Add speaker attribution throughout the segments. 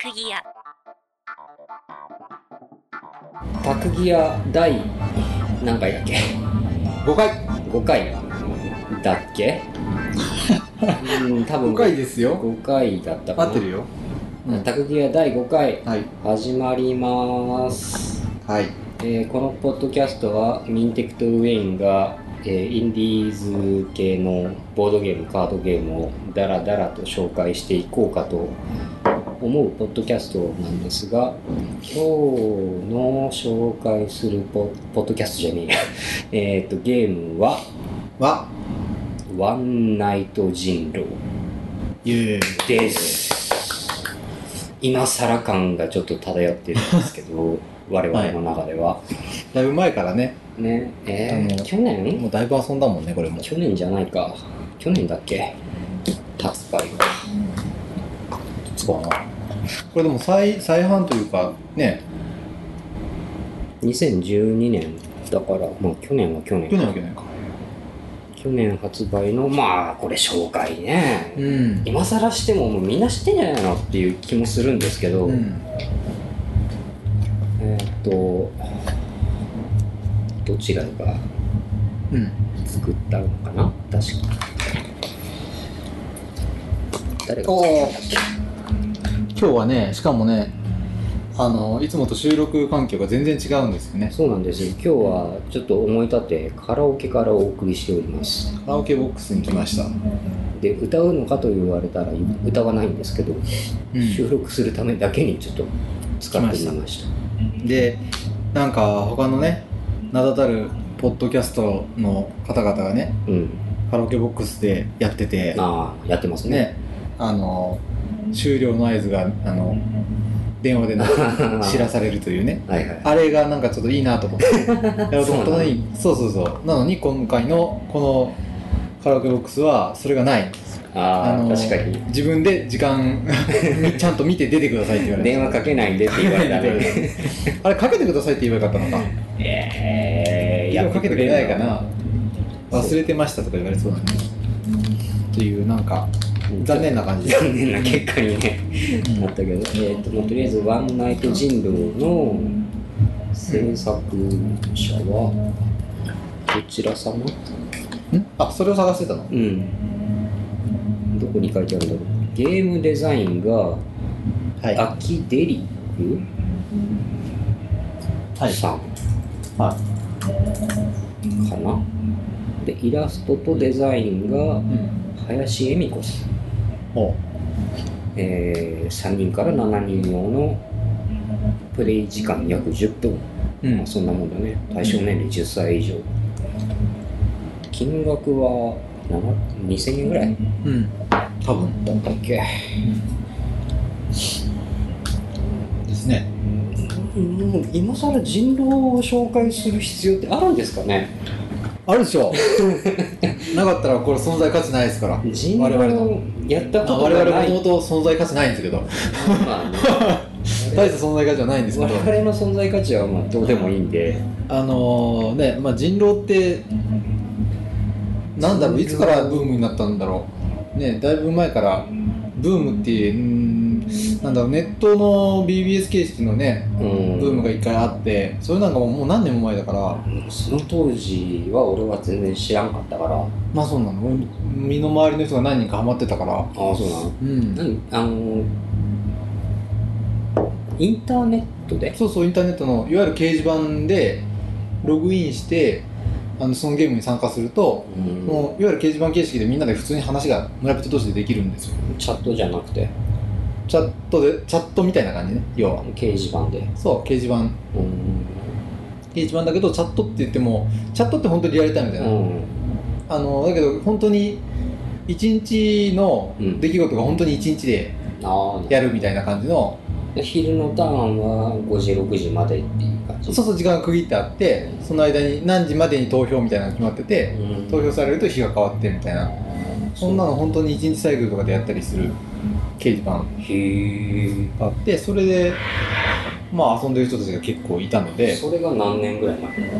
Speaker 1: クギア
Speaker 2: パクギア第何回だっけ
Speaker 3: 5回
Speaker 2: 5回だっけうん多分
Speaker 3: 5回ですよ
Speaker 2: 5回だったか
Speaker 3: 合
Speaker 2: な
Speaker 3: ってるようん
Speaker 2: タクギア第5回
Speaker 3: はい
Speaker 2: 始まります、
Speaker 3: はい
Speaker 2: えーこのポッドキャストはミンテクとウェインが、えーインディーズ系のボードゲームカードゲームをダラダラと紹介していこうかと思うポッドキャストなんですが今日の紹介するポポッドキャストじゃねえやえーとゲームは
Speaker 3: は
Speaker 2: 「ワンナイト人狼」
Speaker 3: イエーイ
Speaker 2: です今更感がちょっと漂ってるんですけ ど我々の中では、
Speaker 3: だいぶ前からね
Speaker 2: ねえ
Speaker 3: あ
Speaker 2: ー、
Speaker 3: の
Speaker 2: 去年
Speaker 3: もうだいぶ遊んだもんねこれも
Speaker 2: 去年じゃないか去年だっけ発売が
Speaker 3: そうかなこれでも再再販というかね
Speaker 2: 2012年だからまあ去年は去年
Speaker 3: 去年わけないか
Speaker 2: 去年発売のまあこれ紹介ね、
Speaker 3: ん
Speaker 2: 今更してももうみんな知ってんじゃないのっていう気もするんですけど、
Speaker 3: うん
Speaker 2: えーっとどちらが
Speaker 3: うん
Speaker 2: 作ったのかな確か誰が
Speaker 3: お
Speaker 2: 作っ
Speaker 3: お今日はねしかもねあのいつもと収録環境が全然違うんですよね
Speaker 2: そうなんですよ今日はちょっと思い立ってカラオケからお送りしております
Speaker 3: カラオケボックスに来ました、
Speaker 2: で歌うのかと言われたら歌わないんですけど、収録するためだけにちょっと使ってみました
Speaker 3: でなんか他のね名だたるポッドキャストの方々がね
Speaker 2: うん
Speaker 3: カラオケボックスでやってて
Speaker 2: ああやってますね
Speaker 3: ねあの終了の合図があの電話で 知らされるというね
Speaker 2: はいはい
Speaker 3: あれがなんかちょっといいな と思ってやろうと思ったのにそうそうそうなのに今回のこのカラオケボックスはそれがない
Speaker 2: ああ、
Speaker 3: の
Speaker 2: 確かに
Speaker 3: 自分で時 間ちゃんと見て出てくださいって言われて
Speaker 2: 電話かけないでって言われたら、ね、
Speaker 3: あれかけてくださいって言えばよかったのか
Speaker 2: ええー、
Speaker 3: 電話かけてくれないかな
Speaker 2: そう
Speaker 3: 忘れてましたとか言われそうだねというなんか残念な 感じで
Speaker 2: 残念な結果にねなったけど、えー、ともうとりあえず「ワンナイト人狼」の制作者はどちら様
Speaker 3: んあそれを探してたの
Speaker 2: うんどこに書いてあるんだろうゲームデザインが
Speaker 3: はい
Speaker 2: アキデリッ
Speaker 3: は
Speaker 2: クさん
Speaker 3: は
Speaker 2: かな、でイラストとデザインが
Speaker 3: いうん
Speaker 2: 林恵美子さん、
Speaker 3: ほ
Speaker 2: えー3人から7人用のプレイ時間約10分、
Speaker 3: ううん
Speaker 2: まあ、そんなもんだね対象年齢10歳以上金額は7 2000円ぐらい
Speaker 3: うん多分
Speaker 2: だったっけ
Speaker 3: ですね
Speaker 2: もう今更人狼を紹介する必要ってあるんですかね
Speaker 3: あるでし ょなかったらこれ存在価値ないですから
Speaker 2: 人
Speaker 3: 我々
Speaker 2: 狼
Speaker 3: の
Speaker 2: やった
Speaker 3: まあ
Speaker 2: こと
Speaker 3: 我
Speaker 2: が
Speaker 3: 々
Speaker 2: な
Speaker 3: もと
Speaker 2: い
Speaker 3: もと存在価値ないんですけど
Speaker 2: まあね
Speaker 3: 大した存在価値はないんですけ
Speaker 2: 我
Speaker 3: ど
Speaker 2: 々の存在価値はまあどうでもいいんで
Speaker 3: あのね、まあ、人狼ってなんだろういつからブームになったんだろうねだいぶ前からブームっていううんなんだろうネットの BBS 形式のね
Speaker 2: う
Speaker 3: ブ
Speaker 2: ん
Speaker 3: ームが一回あってそれなんかもうもう何年も前だから
Speaker 2: その当時は俺は全然知らんかったからあ
Speaker 3: まあそうなの身の回りの人が何人かハマってたから
Speaker 2: あそうなの
Speaker 3: うん
Speaker 2: 何あのインターネットで
Speaker 3: そうそうインターネットのいわゆる掲示板でログインしてあのそのゲームに参加すると、
Speaker 2: うん
Speaker 3: もういわゆる掲示板形式でみんなで普通に話が村人同士でできるんですよ
Speaker 2: チャットじゃなくて
Speaker 3: チャットでチャットみたいな感じね要は
Speaker 2: 掲示板で
Speaker 3: そう掲示板
Speaker 2: うん
Speaker 3: 掲示板だけどチャットって言ってもチャットって本当にリアルタイムだよね、
Speaker 2: うん
Speaker 3: あのだけど本当に1日の
Speaker 2: うん
Speaker 3: 出来事が本当に1日で
Speaker 2: ああ
Speaker 3: やるみたいな感じの、
Speaker 2: 昼のターンは5時6時までっていう感じ
Speaker 3: そうそう時間が区切ってあってその間に何時までに投票みたいなのが決まってて、
Speaker 2: うん
Speaker 3: 投票されると日が変わってみたいなそんなの本当に1日サイクルとかでやったりする掲示板が
Speaker 2: へ
Speaker 3: あってそれでまあ遊んでる人たちが結構いたの
Speaker 2: え
Speaker 3: で
Speaker 2: それが何年ぐらい前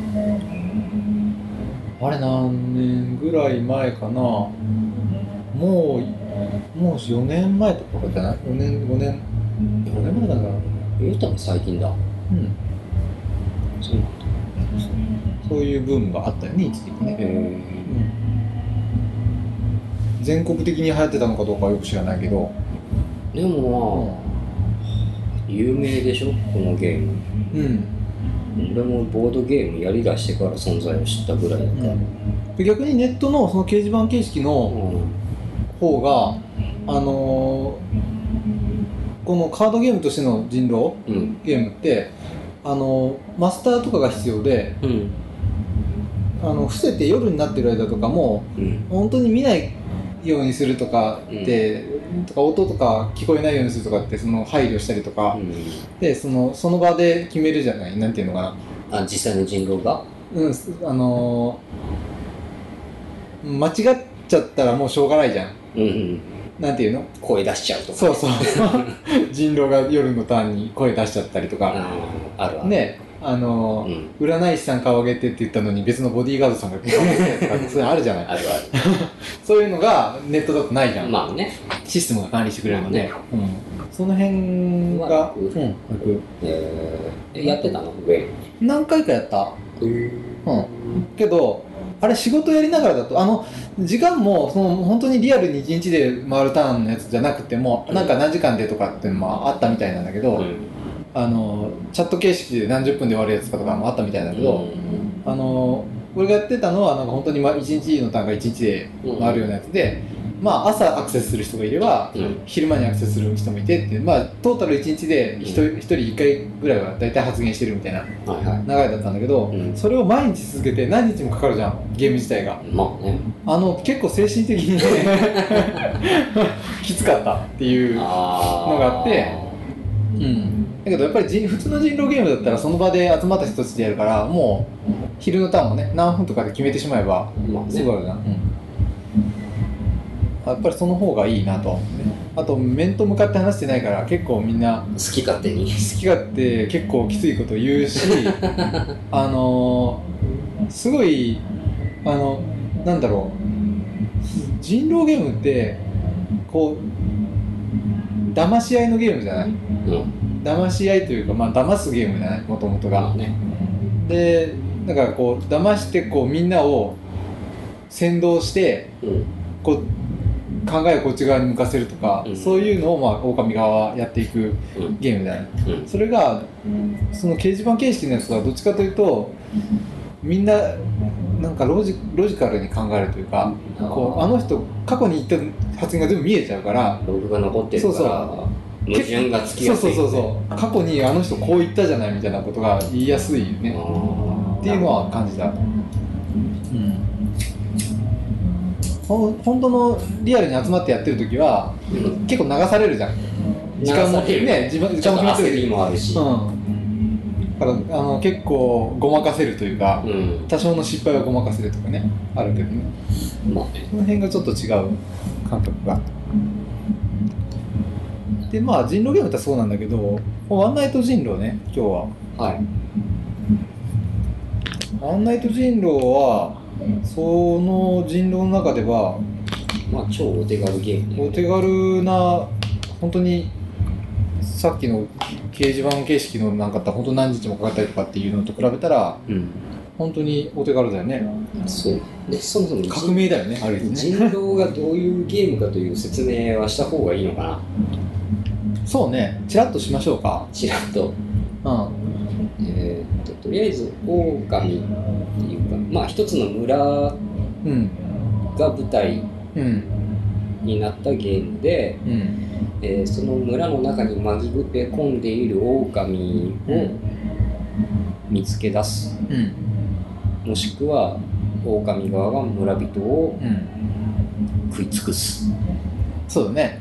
Speaker 3: あれ何年ぐらい前かなもうもう4年前とかじゃない4年5年いや俺もだから、
Speaker 2: 言うたも最近だ
Speaker 3: うん、
Speaker 2: そうなんだ
Speaker 3: そういうブームがあったよね一時期ね、
Speaker 2: え
Speaker 3: うん、全国的に流行ってたのかどうかはよく知らないけど、
Speaker 2: ーでもまあ有名でしょこのゲーム
Speaker 3: うん
Speaker 2: 俺もボードゲームやりだしてから存在を知ったぐらいだ
Speaker 3: う
Speaker 2: から、
Speaker 3: ん、で逆にネットのその掲示板形式の、
Speaker 2: うん
Speaker 3: 方が、あのーこのカードゲームとしての人狼
Speaker 2: うん
Speaker 3: ゲームって、あのーマスターとかが必要で
Speaker 2: うん
Speaker 3: あの伏せて夜になってる間とかも
Speaker 2: うん
Speaker 3: 本当に見ないようにするとかって、とか音とか聞こえないようにするとかってその配慮したりとか、でそのその場で決めるじゃないなんていうのか
Speaker 2: あ
Speaker 3: な、
Speaker 2: 実際の人狼が
Speaker 3: うんすあのー間違っちゃったらもうしょうがないじゃん
Speaker 2: うんうん
Speaker 3: なんていうの
Speaker 2: 声出しちゃうとか
Speaker 3: そう そう人狼が夜のターンに声出しちゃったりとか、
Speaker 2: あーあるある
Speaker 3: ねあ
Speaker 2: う
Speaker 3: のー
Speaker 2: ん
Speaker 3: 占い師さん顔上げてって言ったのに別のボディーガードさんが顔上げてとかそういうのあるじゃない
Speaker 2: ある
Speaker 3: そういうのがネットだとないじ
Speaker 2: あ
Speaker 3: ゃ
Speaker 2: る
Speaker 3: ん、
Speaker 2: まあね、
Speaker 3: システムが管理してくれるので、
Speaker 2: ま
Speaker 3: うん、その辺
Speaker 2: うま
Speaker 3: が、
Speaker 2: く
Speaker 3: うん、楽
Speaker 2: えー、やってたの上
Speaker 3: 何回かやった、うん、けどあれ仕事やりながらだとあの時間もその本当にリアルに1日で回るターンのやつじゃなくても、なんか何時間でとかっていうのもあったみたいなんだけど、
Speaker 2: うん
Speaker 3: あのチャット形式で何十分で終わるやつとかもあったみたいだけ
Speaker 2: う
Speaker 3: ど、
Speaker 2: ん
Speaker 3: あの俺がやってたのはなんか本当にま1日の単価1日で回るようなやつで、まあ、朝アクセスする人がいれば
Speaker 2: うん
Speaker 3: 昼間にアクセスする人もいてっていう、まあ、トータル1日で 1, 1人1回ぐらいは大体発言してるみたいな
Speaker 2: はいは
Speaker 3: 流れだったんだけど、
Speaker 2: うん
Speaker 3: それを毎日続けて何日もかかるじゃんゲーム自体が
Speaker 2: いまあね
Speaker 3: あの結構精神的 にねきつかったっていう
Speaker 2: あー
Speaker 3: のがあってうん、だけどやっぱり人普通の人狼ゲームだったらその場で集まった人たちでやるからもう昼のターンもね何分とかで決めてしまえば
Speaker 2: まあね
Speaker 3: すぐあるな、やっぱりその方がいいなとは思うねあと面と向かって話してないから結構みんな
Speaker 2: 好き勝手に
Speaker 3: 好き勝手結構きついこと言うしあのーすごいあのなんだろう人狼ゲームってこう騙し合いのゲームじゃない
Speaker 2: うん
Speaker 3: 騙し合いというか、まあ、騙すゲームじゃないもともとが
Speaker 2: まあね
Speaker 3: でなんかこう騙してこうみんなを先導して
Speaker 2: うん
Speaker 3: こう考えをこっち側に向かせるとか、
Speaker 2: うん
Speaker 3: そういうのをまあ狼側はやっていく
Speaker 2: うん
Speaker 3: ゲームじゃない
Speaker 2: うん
Speaker 3: それがその掲示板形式のやつはどっちかというとみんななんかロジロジカルに考えるというかこうあの人過去に言った発言が全部見えちゃうから
Speaker 2: ログが残ってるから
Speaker 3: そう
Speaker 2: 矛盾がつき
Speaker 3: そう
Speaker 2: やす
Speaker 3: そ
Speaker 2: いう
Speaker 3: そうそう過去にあの人こう言ったじゃないみたいなことが言いやすいよね、
Speaker 2: っ
Speaker 3: っていうのは感じた。ほん本当のリアルに集まってやってる時は結構流されるじゃん時間も
Speaker 2: 流される
Speaker 3: ね時間時
Speaker 2: ちょ
Speaker 3: 間
Speaker 2: っ
Speaker 3: も
Speaker 2: と
Speaker 3: 決まって
Speaker 2: 焦
Speaker 3: る
Speaker 2: り
Speaker 3: し
Speaker 2: もあるし、
Speaker 3: うんだからあの結構ごまかせるというか
Speaker 2: うん、
Speaker 3: 多少の失敗はごまかせるとかねあるけどね
Speaker 2: まあね
Speaker 3: その辺がちょっと違う感覚が。でまあ人狼ゲームってそうなんだけどワンナイト人狼ね今日は
Speaker 2: はい
Speaker 3: ワンナイト人狼はその人狼の中では
Speaker 2: まあ超お手軽ゲームだよ
Speaker 3: お
Speaker 2: ね
Speaker 3: 手軽な本当にさっきの掲示板形式のなんかあったら本当何日もかかったりとかっていうのと比べたら
Speaker 2: うん
Speaker 3: 本当にお手軽だよね
Speaker 2: そうでそもそも人
Speaker 3: 革命だよねある意味ね
Speaker 2: 人狼がどういうゲームかという説明はした方がいいのかな
Speaker 3: そうねちらっとしましょうか
Speaker 2: ちらっと,、
Speaker 3: うん
Speaker 2: えーっととりあえず狼っていうかまあ一つの村が
Speaker 3: うん
Speaker 2: 舞台
Speaker 3: うん
Speaker 2: になったゲームで、
Speaker 3: うん
Speaker 2: えーその村の中に紛れ込んでいる狼を見つけ出す
Speaker 3: うん
Speaker 2: もしくは狼側が村人を
Speaker 3: うん
Speaker 2: 食い尽くす
Speaker 3: そうだね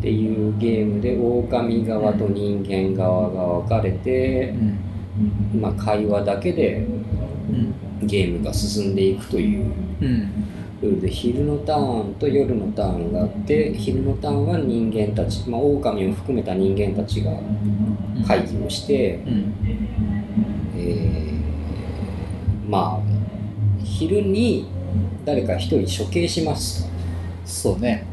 Speaker 2: っていうゲームで狼側と人間側が分かれ
Speaker 3: う
Speaker 2: て、
Speaker 3: ん
Speaker 2: まあ、会話だけで
Speaker 3: うん
Speaker 2: ゲームが進んでいくという
Speaker 3: うん
Speaker 2: ルールで昼のターンと夜のターンがあって昼のターンは人間たち、まあ、狼を含めた人間たちが会議をして、
Speaker 3: うん
Speaker 2: えーまあ昼に誰か一人処刑しますと
Speaker 3: そうね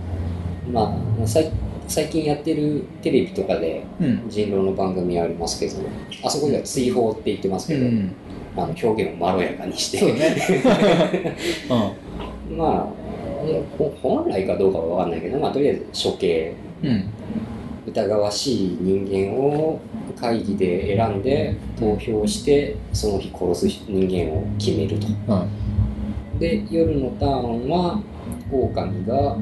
Speaker 2: まあ、さい最近やってるテレビとかで
Speaker 3: うん
Speaker 2: 人狼の番組ありますけどあそこでは追放って言ってます
Speaker 3: う
Speaker 2: けど、
Speaker 3: ん
Speaker 2: あの表現をまろやかにして
Speaker 3: そうだね
Speaker 2: まあほ本来かどうかは分かんないけど、まあ、とりあえず処刑
Speaker 3: うんうん
Speaker 2: 疑わしい人間を会議で選んで投票してその日殺す人間を決めると
Speaker 3: うん
Speaker 2: で夜のターンは狼が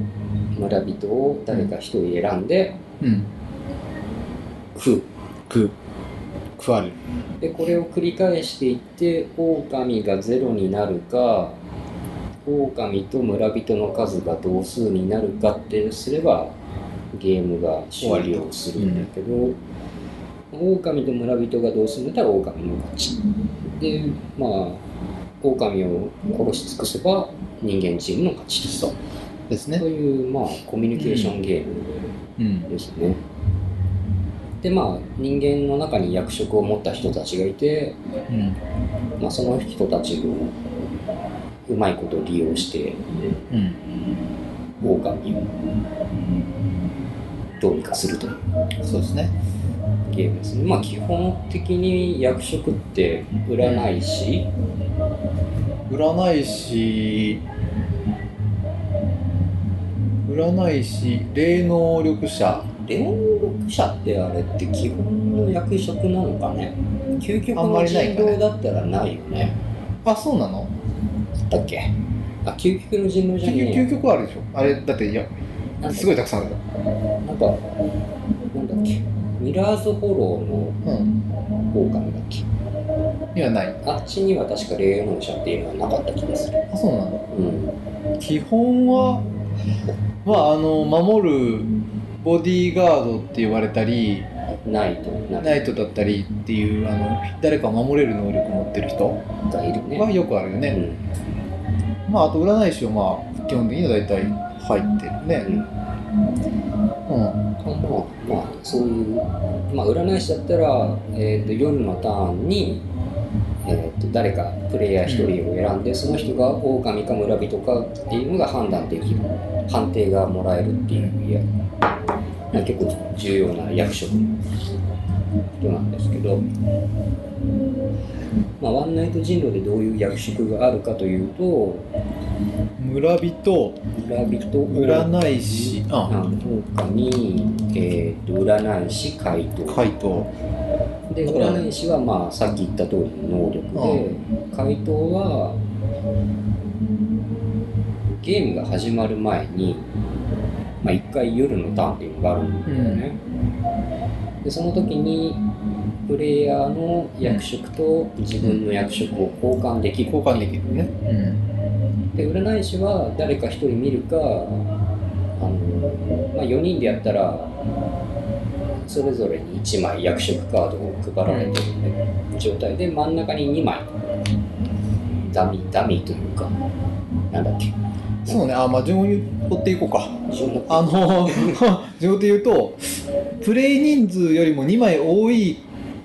Speaker 2: 村人を誰か一人選んで
Speaker 3: うん
Speaker 2: 食う
Speaker 3: 食う食われる
Speaker 2: でこれを繰り返していって狼がゼロになるか狼と村人の数が同数になるかってすればゲームが終了するんだけど、狼と村人が同数になったら狼の勝ちでまあ狼を殺し尽くせば人間チームの勝ちと
Speaker 3: です
Speaker 2: と
Speaker 3: ね
Speaker 2: いう、まあ、コミュニケーションゲーム
Speaker 3: うん
Speaker 2: ですね。でまあ人間の中に役職を持った人たちがいて、
Speaker 3: うん
Speaker 2: まあ、その人たちをうまいこと利用して
Speaker 3: うん
Speaker 2: 狼をどうにかするという
Speaker 3: そうですね
Speaker 2: ゲームですね。まあ基本的に役職って売らないし、
Speaker 3: 占い師占い師霊能力者
Speaker 2: 霊能力者ってあれって基本の役職なのかね究極
Speaker 3: あんま
Speaker 2: の
Speaker 3: りないかね
Speaker 2: 人狼だったらないよね。
Speaker 3: あそうなの
Speaker 2: だっけあ究極の人狼じゃ
Speaker 3: 究
Speaker 2: ねえや
Speaker 3: 究極はあるでしょあれだっていや
Speaker 2: なんだっけ
Speaker 3: すごいたくさんあるよ
Speaker 2: なんか、なんだっけ、ミラーズフォロ
Speaker 3: うん
Speaker 2: ーの狼だっけ。
Speaker 3: にはない
Speaker 2: あっちには確か霊能者っていうのはなかった気がする。
Speaker 3: あそうなの
Speaker 2: うん。
Speaker 3: 基本は、まあ、あの守るボディーガードって言われたり
Speaker 2: ないとなん
Speaker 3: ナイトだったりっていうあの誰かを守れる能力持ってる人
Speaker 2: かいるね。
Speaker 3: はよくあるよね、まあ、あと占い師は、まあ、基本的には大体入ってる
Speaker 2: うん。う
Speaker 3: ね
Speaker 2: ん
Speaker 3: うん
Speaker 2: まあ、まあ、そういう、まあ、占い師だったら、えー、と夜のターンに、えー、と誰かプレイヤー一人を選んで、その人が狼か村人かっていうのが判断できる判定がもらえるっていういやまあ結構重要な役職の人なんですけど、まあ、ワンナイト人狼でどういう役職があるかというと
Speaker 3: 村人
Speaker 2: 村人
Speaker 3: 占い師あ
Speaker 2: 狼、えー、と占い師怪盗
Speaker 3: 怪盗
Speaker 2: で
Speaker 3: だから
Speaker 2: 占い師はまあさっき言った通りの能力で回答はゲームが始まる前に、まあ、1回夜のターンっていうのがあるんだよね、でその時にプレイヤーの役職と自分の役職を交換できる
Speaker 3: 交換できるね
Speaker 2: で占い師は誰か1人見るかあの、まあ、4人でやったらそれぞれに1枚役職カードを配られてる、状態で真ん中に2枚ダミーダミーというかなんだっけ
Speaker 3: うんそうねあまあ順を追っていこうか
Speaker 2: 順番
Speaker 3: あの 順で言うとプレイ人数よりも2枚多い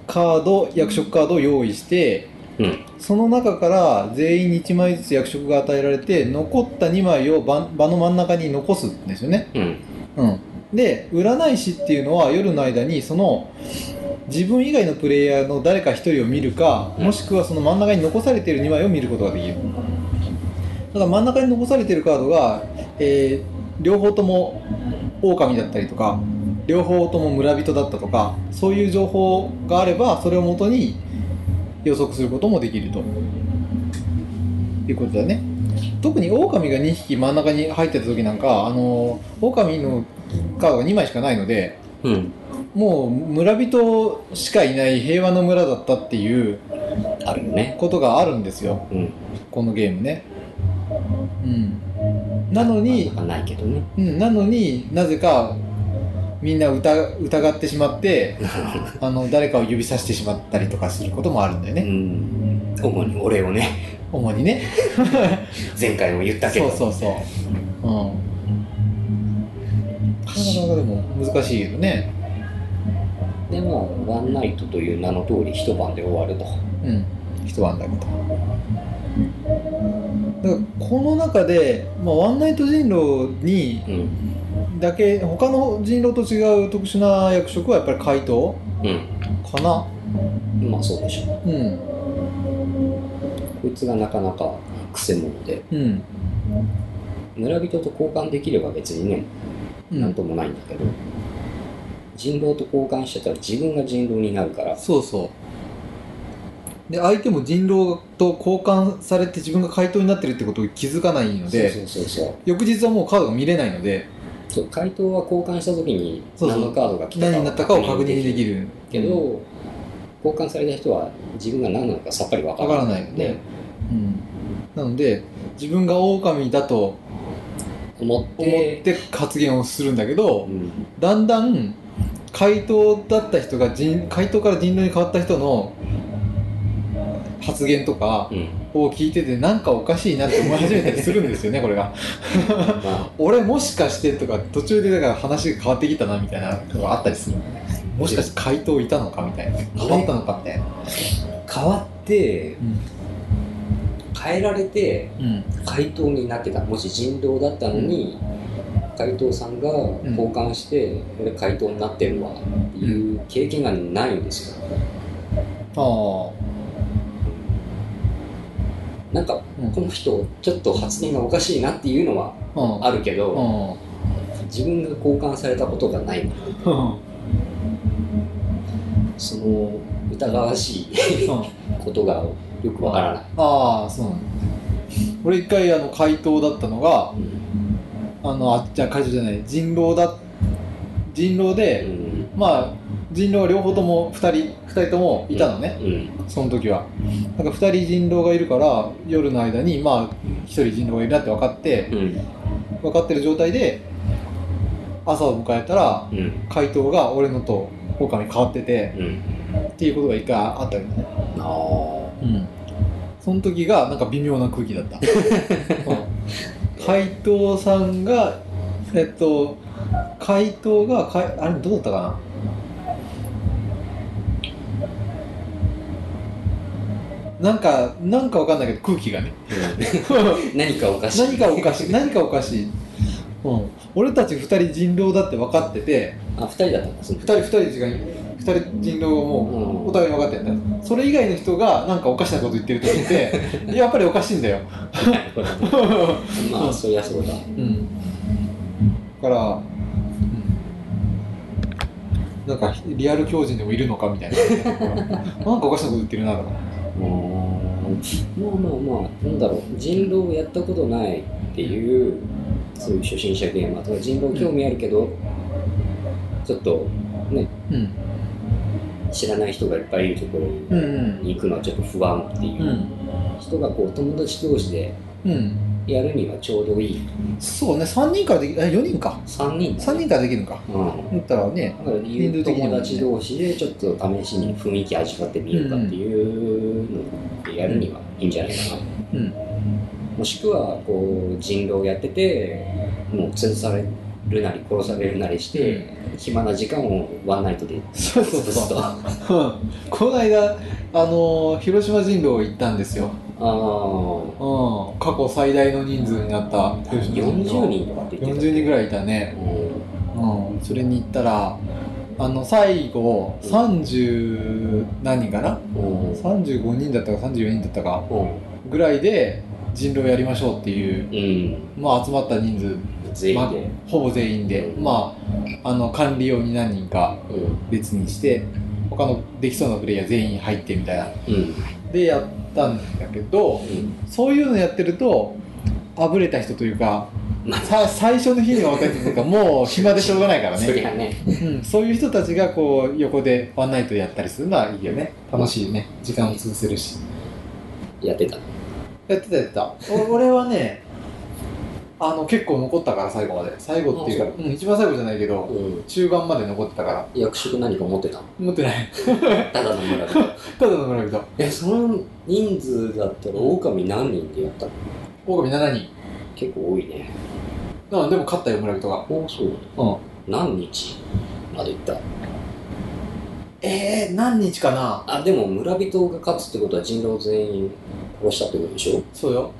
Speaker 3: カード役職カードを用意して
Speaker 2: うん
Speaker 3: その中から全員1枚ずつ役職が与えられて残った2枚を場場の真ん中に残すんですよね、
Speaker 2: うん
Speaker 3: うん、で占い師っていうのは夜の間にその自分以外のプレイヤーの誰か1人を見るかもしくはその真ん中に残されている2枚を見ることができるただ真ん中に残されているカードが、えー両方とも狼だったりとか両方とも村人だったとかそういう情報があればそれをもとに予測することもできるということだね特に狼が2匹真ん中に入ってた時なんかあの狼のカードが2枚しかないので
Speaker 2: うん
Speaker 3: もう村人しかいない平和の村だったっていう
Speaker 2: あるよね
Speaker 3: ことがあるんですよ
Speaker 2: うん
Speaker 3: このゲームねうんなのに
Speaker 2: まあないけどね
Speaker 3: うん、なのになぜかみんな疑疑ってしまって あの誰かを指さしてしまったりとかすることもあるんだよ
Speaker 2: う
Speaker 3: ね、
Speaker 2: ん主に俺をね
Speaker 3: 主にね
Speaker 2: 前回も言ったけ
Speaker 3: そ
Speaker 2: ど
Speaker 3: うそうそううんなかなかでも難しいけどね
Speaker 2: でもワンナイトという名の通り一晩で終わると
Speaker 3: うん一晩だけどだからこの中で、まあ、ワンナイト人狼に
Speaker 2: うん
Speaker 3: だけ他の人狼と違う特殊な役職はやっぱり怪盗
Speaker 2: う
Speaker 3: かな、
Speaker 2: んまあそうでしょう
Speaker 3: うん
Speaker 2: こいつがなかなかクセ者で
Speaker 3: うん
Speaker 2: 村人と交換できれば別にね
Speaker 3: うん、
Speaker 2: なんともないんだけど、人狼と交換してたら自分が人狼になるから
Speaker 3: そうそうで相手も人狼と交換されて自分が怪盗になってるってことを気づかないので
Speaker 2: そうそうそうそう
Speaker 3: 翌日はもうカードが見れないので
Speaker 2: そう回答は交換した時に
Speaker 3: そうそう
Speaker 2: 何のカードが来た
Speaker 3: 何になったかを確認でき
Speaker 2: る
Speaker 3: る
Speaker 2: けど、交換された人は自分が何なのかさっぱりわか
Speaker 3: わからら
Speaker 2: な
Speaker 3: ないい
Speaker 2: の
Speaker 3: の
Speaker 2: で、
Speaker 3: で、うん、なので自分が狼だと
Speaker 2: 思っ、
Speaker 3: 思ってて発言をするんだけど、
Speaker 2: うん
Speaker 3: だんだん回答だった人が人回答から人狼に変わった人の発言とか
Speaker 2: うん
Speaker 3: を聞いててなんかおかしいなって思い始めたりするんですよね これが
Speaker 2: ま あ、
Speaker 3: 俺もしかしてとか途中でだから話が変わってきたなみたいなのがあったりするもしかして回答いたのかみたいな変わったのかみたいな
Speaker 2: 変わって
Speaker 3: うん
Speaker 2: 変えられて
Speaker 3: うん
Speaker 2: 回答になってたもし人狼だったのに、回答さんが交換して、俺回答になってるわっていう経験がないんですよ
Speaker 3: ああ
Speaker 2: なんか
Speaker 3: うん
Speaker 2: この人ちょっと発言がおかしいなっていうのは
Speaker 3: うん
Speaker 2: あるけど、
Speaker 3: うん
Speaker 2: 自分が交換されたことがないその疑わしい
Speaker 3: うん
Speaker 2: ことがよくわからない、
Speaker 3: ああそうなんだ俺一回あの回答だったのが
Speaker 2: うん
Speaker 3: あのあじゃあ回答じゃない人狼だ人狼で、まあ人狼は両方とも2人二人ともいたのね、
Speaker 2: うん
Speaker 3: その時はなんか2人人狼がいるから夜の間にまあ1人人狼がいるなって分かって
Speaker 2: うん
Speaker 3: 分かってる状態で朝を迎えたら
Speaker 2: うん
Speaker 3: 回答が俺のと狼に変わってて
Speaker 2: うん
Speaker 3: っていうことが一回あったよね
Speaker 2: ああ
Speaker 3: うん、その時がなんか微妙な空気だ った、うん、怪盗さんがえっと怪盗がかいあれどうだったかななんかなんかわかんないけど空気がね
Speaker 2: 何かおかしい
Speaker 3: 何かおかしい何かおかしい、うん、俺たち2人人狼だって分かってて
Speaker 2: あ二人だったんです
Speaker 3: 2人2人違う2人人狼をもうお互いに分かってやったんですそれ以外の人がなんかおかしなこと言ってると思って やっぱりおかしいんだよ、
Speaker 2: まあそりゃそうだ
Speaker 3: うん、だから、うん、なんかリアル狂人でもいるのかみたいななんかおかしなこと言ってるなとか
Speaker 2: まあまあまあなんだろう人狼をやったことないっていうそういう初心者ゲーマーとか人狼興味あるけど、ちょっとね
Speaker 3: うん
Speaker 2: 知らない人がいっぱいいるところに
Speaker 3: うんうん
Speaker 2: 行くのはちょっと不安っていううん人がこう友達同士で
Speaker 3: うん
Speaker 2: やるにはちょうどいい
Speaker 3: そうね3人からできえ4人か
Speaker 2: 3人だ
Speaker 3: 3
Speaker 2: ね
Speaker 3: 人からできるのか
Speaker 2: うん
Speaker 3: だったらね
Speaker 2: だから
Speaker 3: 人数的にもね
Speaker 2: 友達同士でちょっと試しに雰囲気味わってみようかっていうのをやるにはいいんじゃないかな
Speaker 3: うん
Speaker 2: もしくはこう人狼やっててもう潰されるなり殺されるなりして、暇な時間をワンナイトで
Speaker 3: そう
Speaker 2: 潰
Speaker 3: そうそう
Speaker 2: すとあ
Speaker 3: うんこの間、あのー広島人狼行ったんですよ、
Speaker 2: あ
Speaker 3: うん、過去最大の人数になった広島人
Speaker 2: 40
Speaker 3: 狼
Speaker 2: 人とかって言って
Speaker 3: 40人
Speaker 2: い、
Speaker 3: ぐらいいたね、
Speaker 2: う
Speaker 3: うん、それに行ったらあの最後30何人かなん
Speaker 2: うんうん
Speaker 3: 35人だったか34人だったかぐらいで人狼やりましょうっていう、
Speaker 2: うん
Speaker 3: まあ、集まった人数、
Speaker 2: 全
Speaker 3: ま
Speaker 2: 員
Speaker 3: あ
Speaker 2: で、
Speaker 3: ほぼ全員で、まあ、あの管理用に何人か
Speaker 2: うん
Speaker 3: 別にして他のできそうなプレイヤー全員入ってみたいな
Speaker 2: うん
Speaker 3: でやったんだけど
Speaker 2: うん
Speaker 3: そういうのやってるとあぶれた人というか
Speaker 2: まあ
Speaker 3: さ最初の日に若い人とかもう暇でしょうがないから
Speaker 2: そり
Speaker 3: ね、
Speaker 2: ゃね
Speaker 3: うん、そういう人たちがこう横でワンナイトやったりするのはいいよね楽しいね時間を潰せるし
Speaker 2: やってた
Speaker 3: やってたやってたお俺はねあの結構残ったから最後まで最後っていう
Speaker 2: あ
Speaker 3: かうん、一番最後じゃないけど
Speaker 2: うん
Speaker 3: 中盤まで残ってたから
Speaker 2: 役職何か持ってたの
Speaker 3: 持ってない
Speaker 2: ただの村人
Speaker 3: ただの村人
Speaker 2: えその人数だったら狼何人でやったの
Speaker 3: 狼7人
Speaker 2: 結構多いね
Speaker 3: うんでも勝ったよ村人が
Speaker 2: あそう
Speaker 3: うん
Speaker 2: 何日まで行った
Speaker 3: えー、何日かな
Speaker 2: あでも村人が勝つってことは人狼全員殺したってことでしょ
Speaker 3: そうよ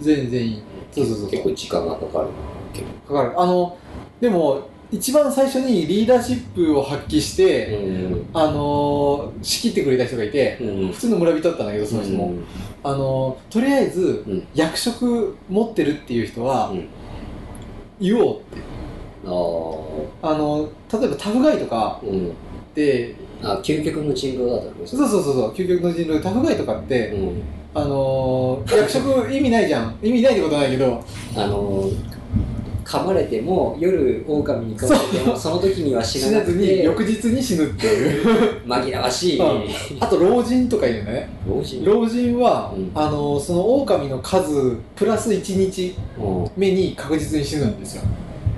Speaker 3: 全員全員そうそうそう
Speaker 2: 結構時間がかかるけど。
Speaker 3: かかるあのでも一番最初にリーダーシップを発揮して、
Speaker 2: うん。
Speaker 3: あのー仕切ってくれた人がいて
Speaker 2: うん
Speaker 3: 普。通の村人だったんだけどその人も、あのーとりあえず、
Speaker 2: うん
Speaker 3: 役職持ってるっていう人は、
Speaker 2: うん
Speaker 3: 言おうって
Speaker 2: ああ。
Speaker 3: あのー例えばタフガイとか
Speaker 2: うん。
Speaker 3: で
Speaker 2: あ、究極の人狼だったんです
Speaker 3: そうそうそうそう究極の人狼タフガイとかって、
Speaker 2: うん。
Speaker 3: あのー役職意味ないじゃん意味ないってことはないけ ど
Speaker 2: あの噛まれても夜狼に噛まれてもその時には死
Speaker 3: 死
Speaker 2: な
Speaker 3: な
Speaker 2: なく
Speaker 3: ずに
Speaker 2: て
Speaker 3: 翌日に死ぬって いう
Speaker 2: 紛らわしい
Speaker 3: うんあと老人とかいるのね
Speaker 2: 老人
Speaker 3: 老人は、
Speaker 2: うん
Speaker 3: あのその狼の数プラス1日
Speaker 2: うん
Speaker 3: 目に確実に死ぬんですよ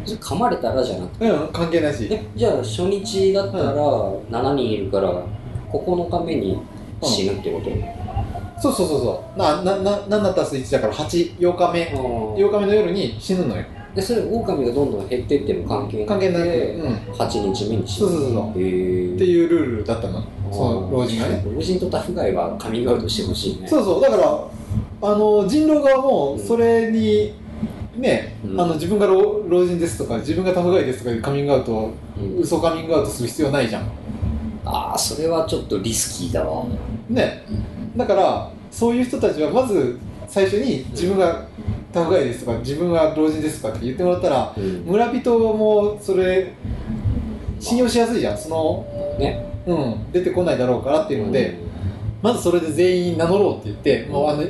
Speaker 2: 噛まれたらじゃなくて
Speaker 3: うん関係ないし
Speaker 2: えじゃあ初日だったら7人いるから9日目に死ぬってこと
Speaker 3: そうそうそうそうななな7足す1だから88日目
Speaker 2: よ
Speaker 3: 8日目の夜に死ぬのよ
Speaker 2: でそれ狼がどんどん減ってっても関係な
Speaker 3: 関
Speaker 2: く
Speaker 3: 係なくて、
Speaker 2: て
Speaker 3: うん、っ
Speaker 2: 8日目に死ぬ
Speaker 3: そうそうそう
Speaker 2: へー
Speaker 3: ていうルールだったのその老人がね
Speaker 2: 老人とタフガイはカミングアウトしてほしいね
Speaker 3: そうそうだからあの人狼側もそれにね、
Speaker 2: うん
Speaker 3: あの自分が老老人ですとか自分がタフガイですとかいうカミングアウトを
Speaker 2: うん
Speaker 3: 嘘カミングアウトする必要ないじゃん
Speaker 2: ああそれはちょっとリスキーだわ
Speaker 3: ねだからそういう人たちはまず最初に自分がタフガイですとか自分が老人ですとかって言ってもらったら
Speaker 2: うん
Speaker 3: 村人もそれ信用しやすいじゃんその、
Speaker 2: ね
Speaker 3: うん、出てこないだろうからっていうので、まずそれで全員名乗ろうって言って、もうあの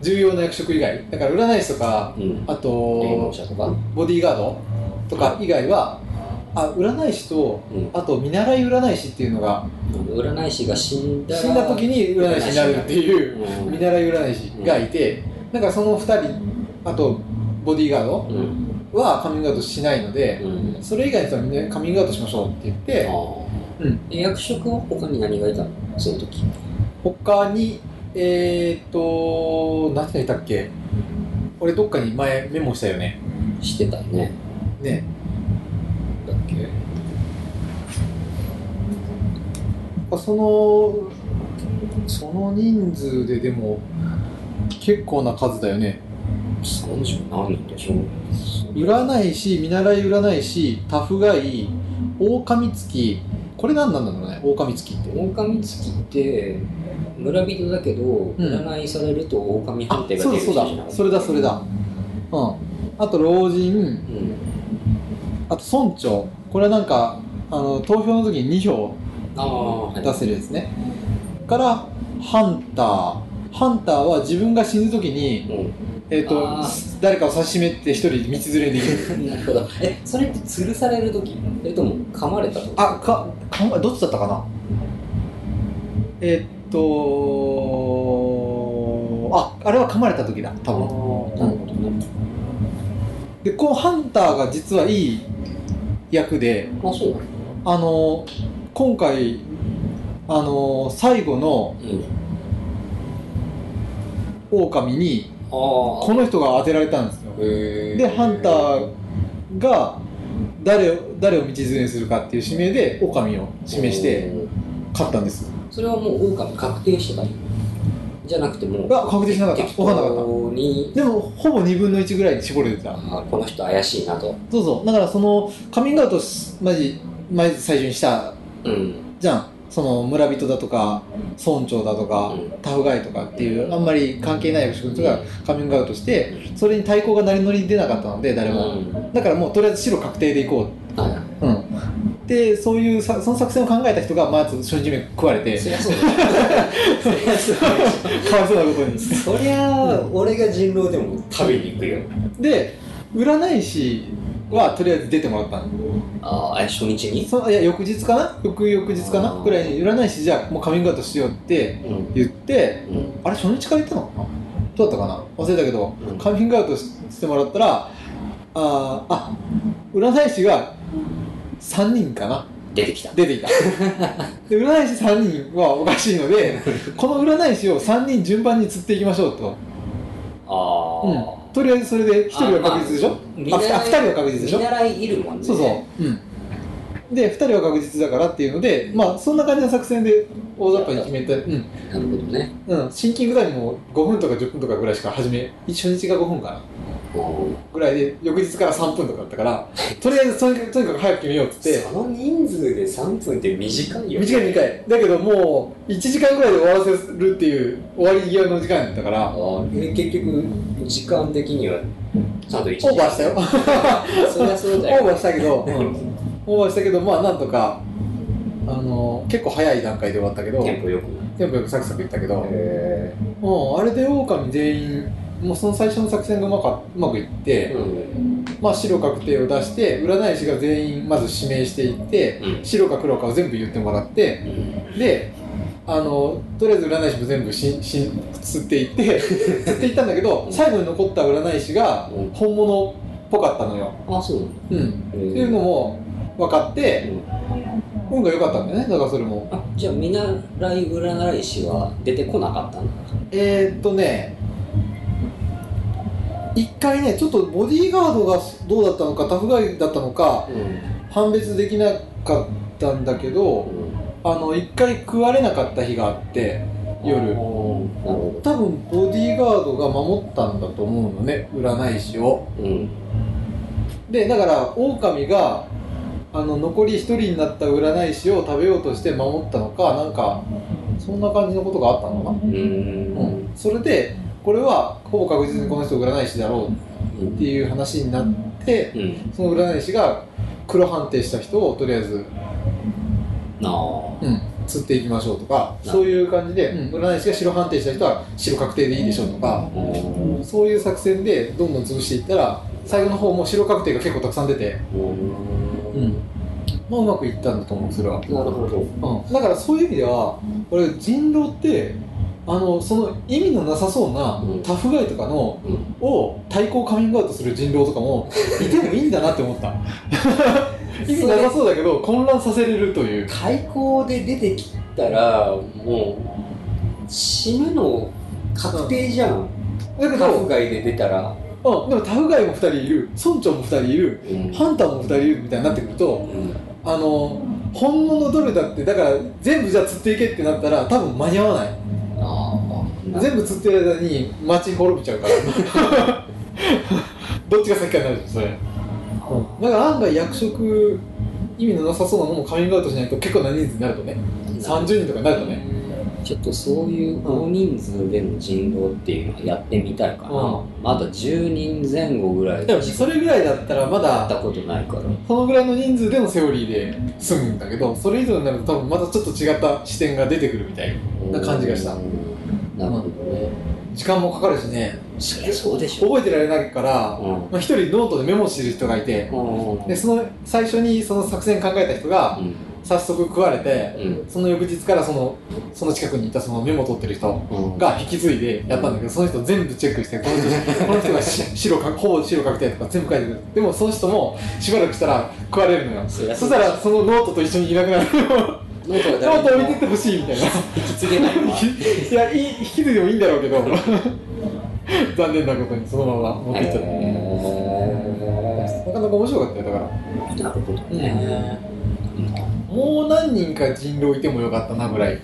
Speaker 3: 重要な役職以外だから占い師とか
Speaker 2: うん
Speaker 3: あ
Speaker 2: 霊能
Speaker 3: と
Speaker 2: 者とか
Speaker 3: ボディーガードとか以外はあ占い師と
Speaker 2: うん
Speaker 3: あと見習い占い師っていうのが
Speaker 2: 占い師が死んだら
Speaker 3: 死んだ時に占い師になるっていう
Speaker 2: うん
Speaker 3: 見習い占い師がいて、なんかその2人あとボディーガード
Speaker 2: うん
Speaker 3: はカミングアウトしないので、
Speaker 2: うん
Speaker 3: それ以外の人はみんなカミングアウトしましょうって言って、
Speaker 2: あー
Speaker 3: うん
Speaker 2: え役職は他に何がいたのその時
Speaker 3: 他にえー、っと何がいたっけ俺どっかに前メモしたよね
Speaker 2: してたよね
Speaker 3: ね
Speaker 2: だっけ
Speaker 3: そのその人数ででも結構な数だよね
Speaker 2: 30何人でしょ
Speaker 3: 占い師見習い占い師タフガイ狼付きこれ何なんだろうね狼付きって
Speaker 2: 狼付きって村人だけど占いされると狼判定が
Speaker 3: そ
Speaker 2: 出
Speaker 3: う
Speaker 2: る
Speaker 3: だそ
Speaker 2: 人じ
Speaker 3: う
Speaker 2: ゃな
Speaker 3: だそれだそれだうんあと老人
Speaker 2: うん
Speaker 3: あと村長これはなんかあの投票の時に2票
Speaker 2: ああはい
Speaker 3: 出せるやつねからハンターハンターは自分が死ぬ時に、
Speaker 2: う
Speaker 3: えー、と
Speaker 2: あ
Speaker 3: 誰かを差しめって一人道連れにできる
Speaker 2: んなるほどえそれって吊るされる時それとも噛まれた時
Speaker 3: あかかどっちだったかなえーっとああれは噛まれた時だ
Speaker 2: あ
Speaker 3: 多分
Speaker 2: ーなるほどね
Speaker 3: でこのハンターが実はいい役で
Speaker 2: あそうだ
Speaker 3: あの今回あの最後の
Speaker 2: うん
Speaker 3: 狼に
Speaker 2: あ
Speaker 3: この人が当てられたんですよ
Speaker 2: あへ
Speaker 3: でハンターが誰を誰を道連れにするかっていう指名で狼を指名して勝ったんです
Speaker 2: それはもう狼確定してたじゃなくてもう
Speaker 3: が確定しなかった
Speaker 2: 適
Speaker 3: 分かんなかった
Speaker 2: 当に
Speaker 3: でもほぼ2分の1ぐらいに絞れてた
Speaker 2: あーこの人怪しいなと
Speaker 3: そうそうだからそのカミングアウトしまじまず最初にした
Speaker 2: うん
Speaker 3: じゃんその村人だとか村長だとか、
Speaker 2: うん
Speaker 3: タフガイとかっていうあんまり関係ない役職の人がカミングアウトして
Speaker 2: う
Speaker 3: それに対抗が成り乗り出なかったので誰も、
Speaker 2: うん
Speaker 3: だからもうとりあえず白確定でいこ
Speaker 2: は
Speaker 3: う、うん、でそういうさその作戦を考えた人がまず初日目食われ
Speaker 2: い
Speaker 3: て
Speaker 2: そりゃそうだそりゃそうだ
Speaker 3: かわいそうなことに
Speaker 2: そりゃ俺が人狼でも食べに行くよ
Speaker 3: で占い師はとりあえず出てもらったの
Speaker 2: ああえ初日に
Speaker 3: そいや翌日かな翌々日か
Speaker 2: あ
Speaker 3: な
Speaker 2: ー
Speaker 3: ぐらいに占い師じゃあもうカミングアウトしようって
Speaker 2: うん
Speaker 3: 言って
Speaker 2: うん
Speaker 3: あれ初日から言ったのかなどうだったかな忘れたけど
Speaker 2: うん
Speaker 3: カミングアウトししてもらったらあーあ占い師が3人かな
Speaker 2: 出てきた
Speaker 3: 出 ていたで占い師3人はおかしいの でこの占い師を3人順番に釣っていきましょうと、
Speaker 2: ああ、
Speaker 3: うん、とりあえずそれで1人は確実でしょ
Speaker 2: 見
Speaker 3: あ
Speaker 2: 習い
Speaker 3: あ2人は確実でしょ
Speaker 2: 見習いいるもんね
Speaker 3: そうそう、うん、で2人は確実だからっていうのでまあそんな感じの作戦で大雑把に決めて、うん
Speaker 2: なるほどね
Speaker 3: うん、シンキングタイムも5分とか10分とかぐらいしか始め初日が5分かなぐらいで翌日から3分とかだった からとりあえずとにかくとにかく早く決めようっつって
Speaker 2: その人数で3分って短いよね
Speaker 3: 短い短いだけどもう1時間ぐらいで終わらせるっていう終わり際の時間だったから
Speaker 2: あーで結局時間的にはちゃんと1時
Speaker 3: オーバーしたよ
Speaker 2: そりゃそう
Speaker 3: オ
Speaker 2: だよ
Speaker 3: ーバーしたけど、
Speaker 2: うん
Speaker 3: オーバーしたけどまあなんとかあの結構早い段階で終わったけど
Speaker 2: テンポよく
Speaker 3: テンポよくサクサクいったけど、
Speaker 2: へ
Speaker 3: もうあれで狼全員もうその最初の作戦がうまかうまくいって、
Speaker 2: えうん
Speaker 3: まあ、白確定を出して占い師が全員まず指名していって
Speaker 2: うん
Speaker 3: 白か黒かを全部言ってもらってであのとりあえず占い師も全部しし釣っていって 釣っていったんだけど最後に残った占い師が
Speaker 2: うん
Speaker 3: 本物っぽかったのよ、
Speaker 2: あそう
Speaker 3: うん、
Speaker 2: って
Speaker 3: っていうのも分かって運が良かったんだよねだからそれも
Speaker 2: あじゃあ見習い占い師は出てこなかったんだ
Speaker 3: えー、っとね一回ねちょっとボディーガードがどうだったのかタフガイだったのか
Speaker 2: うん
Speaker 3: 判別できなかったんだけどあの一回食われなかった日があって夜
Speaker 2: なるほ
Speaker 3: 多分ボディーガードが守ったんだと思うのね占い師を
Speaker 2: どうん
Speaker 3: でだから狼があの残り一人になった占い師を食べようとして守ったのかなんかそんな感じのことがあったのか
Speaker 2: う
Speaker 3: な、
Speaker 2: ん
Speaker 3: うん、それでこれはほぼ確実にこの人占い師だろうっていう話になって
Speaker 2: うん
Speaker 3: その占い師が黒判定した人をとりあえず
Speaker 2: なあ
Speaker 3: うん、釣っていきましょうとかそういう感じで、うん、占い師が白判定した人は白確定でいいでしょうとか
Speaker 2: うん
Speaker 3: そういう作戦でどんどん潰していったら最後の方も白確定が結構たくさん出て、
Speaker 2: うん
Speaker 3: まあ、うまくいったんだと思うそれは、
Speaker 2: なるほど
Speaker 3: うん、だからそういう意味では俺人狼ってあのその意味のなさそうな
Speaker 2: うん
Speaker 3: タフガイとかの
Speaker 2: うん
Speaker 3: を対抗カミングアウトする人狼とかもいてもいいんだなって思った 意味なさそうだけど混乱させれるという
Speaker 2: 開口で出てきたらもう死ぬの確定じゃん
Speaker 3: だけ
Speaker 2: タ
Speaker 3: ど
Speaker 2: フ街で出たら
Speaker 3: うん、でもタフガイも2人いる村長も2人いる
Speaker 2: うん
Speaker 3: ハンターも2人いるみたいになってくると
Speaker 2: うん
Speaker 3: あの本物どれだってだから全部じゃあ釣っていけってなったら多分間に合わない
Speaker 2: ああな
Speaker 3: 全部釣ってる間に街滅びちゃうからどっちが先かになるじゃんそれ、うん、だから案外役職意味のなさそうなものをカミングアウトしないと結構な人数になるとね30人とかになるとね
Speaker 2: ちょっとそういう大人数での人狼っていうのはやってみたいかな、
Speaker 3: うん
Speaker 2: まだ10人前後ぐらい
Speaker 3: でも
Speaker 2: し
Speaker 3: それぐらいだったらま
Speaker 2: かやった
Speaker 3: だ
Speaker 2: ことないから
Speaker 3: そのぐらいの人数でのセオリーで済むんだけどそれ以上になると多分またちょっと違った視点が出てくるみたいなな感じがした
Speaker 2: うんなるほどね、
Speaker 3: 時間もかかるしね
Speaker 2: そりゃそうでしょ
Speaker 3: 覚えてられないから
Speaker 2: うんうん
Speaker 3: まあ、1人ノートでメモしてる人がいてでその最初にその作戦考えた人が早速食われて
Speaker 2: うん
Speaker 3: その翌日からそのその近くにいたそのメモ取ってる人
Speaker 2: うん
Speaker 3: が引き継いでやったんだけどその人全部チェックしてこの人この人がし白かほぼ白確定とか全部書いてくるでもその人もしばらくしたら食われるのよそ
Speaker 2: そりゃそう
Speaker 3: したらそのノートと一緒にいなくなる
Speaker 2: ノートは
Speaker 3: ノート
Speaker 2: 誰に
Speaker 3: 置いて
Speaker 2: も
Speaker 3: ってほしいみたい な
Speaker 2: 引き継げないわ
Speaker 3: いやいい引き継いでもいいんだろうけど残念なことにそのまま持ってっちゃった、
Speaker 2: へ
Speaker 3: なかなか面白かったよだから
Speaker 2: ーなるほどね、
Speaker 3: もう何人か人狼いてもよかったなぐらい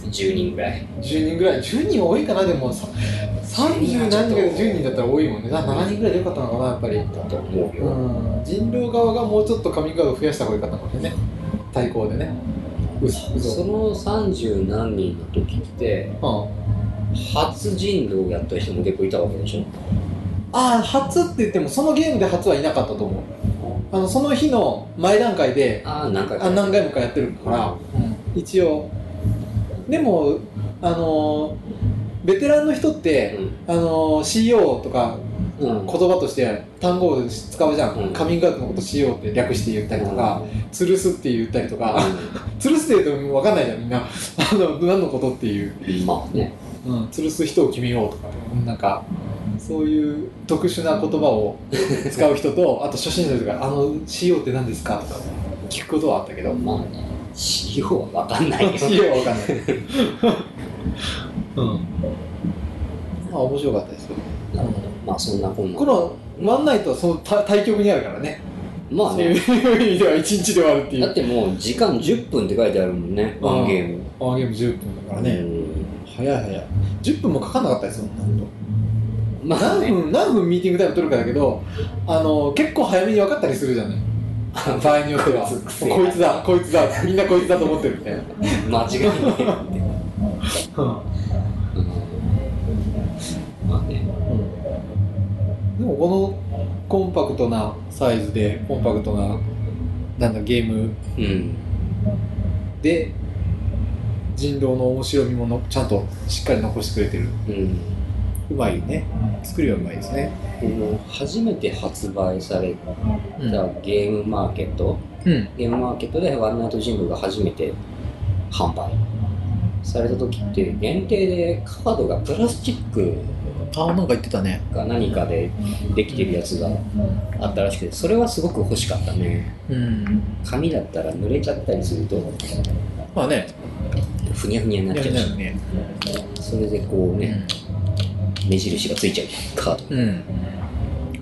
Speaker 2: 10人ぐらい
Speaker 3: 10人ぐらい10人多いかなでもさ30何人かで10人だったら多いもんねな7人ぐらいでよかったのかなやっぱり
Speaker 2: だと思うよ、
Speaker 3: うん人狼側がもうちょっとカミングアウト増やした方がよかったかもね対抗でねうそ
Speaker 2: その30何人の時って
Speaker 3: うん
Speaker 2: 初人狼やった人も結構いたわけでしょ
Speaker 3: ああ初って言ってもそのゲームで初はいなかったと思うあのその日の前段階で
Speaker 2: ああ何回か
Speaker 3: あ何回もかやってるから、一応でもあのーベテランの人って、あのー CO とか
Speaker 2: うんうん
Speaker 3: 言葉として単語を使うじゃん、
Speaker 2: うん
Speaker 3: カミングアウトのこと CO って略して言ったりとか、吊るすって言ったりとか、吊るすって言うと分かんないじゃんみんなあの何のことっていう、
Speaker 2: うんまあね
Speaker 3: うん、吊るす人を決めようとかなんかそういう特殊な言葉を使う人 とあと初心者とか「あの CO って何ですか?」とか聞くことはあったけど CO
Speaker 2: まあね仕様は分かんない よ
Speaker 3: は分かんないうんまあ面白かったですよ
Speaker 2: なるほどまあそんなこんな
Speaker 3: このワンナイトはその対対局にあるからね、
Speaker 2: まあ
Speaker 3: そうい
Speaker 2: ね
Speaker 3: う意味では1日で終わるってい
Speaker 2: だ
Speaker 3: う
Speaker 2: ってもう時間10分って書いてあるもんね
Speaker 3: うん
Speaker 2: ワンゲーム
Speaker 3: あーゲーム10分だからね、
Speaker 2: うん
Speaker 3: 早い早い10分もかかんなかったですよほんと
Speaker 2: まあね
Speaker 3: 何分何分ミーティングタイム取るかだけどあの結構早めに分かったりするじゃない 場合によっては
Speaker 2: こいつ
Speaker 3: こいつだこいつだみんなこいつだと思ってるみたいな
Speaker 2: 間違いないって、うんまあね
Speaker 3: うんでもこのコンパクトなサイズでコンパクトななんだゲーム
Speaker 2: うん
Speaker 3: で人狼の面白みものちゃんとしっかり残してくれてる
Speaker 2: うん
Speaker 3: うまいね作りはうまいですね
Speaker 2: この初めて発売され
Speaker 3: う
Speaker 2: たゲームマーケット、
Speaker 3: うん
Speaker 2: ゲームマーケットでワンナイトジングが初めて販売された時って限定でカードがプラスチック
Speaker 3: あなんか言ってたね
Speaker 2: か何かでできてるやつがあったらしくてそれはすごく欲しかったね
Speaker 3: うん
Speaker 2: 紙だったら濡れちゃったりすると
Speaker 3: まあね
Speaker 2: ふにゃふにゃになっちゃうし
Speaker 3: ね
Speaker 2: それでこうね目印がついちゃうカード
Speaker 3: うん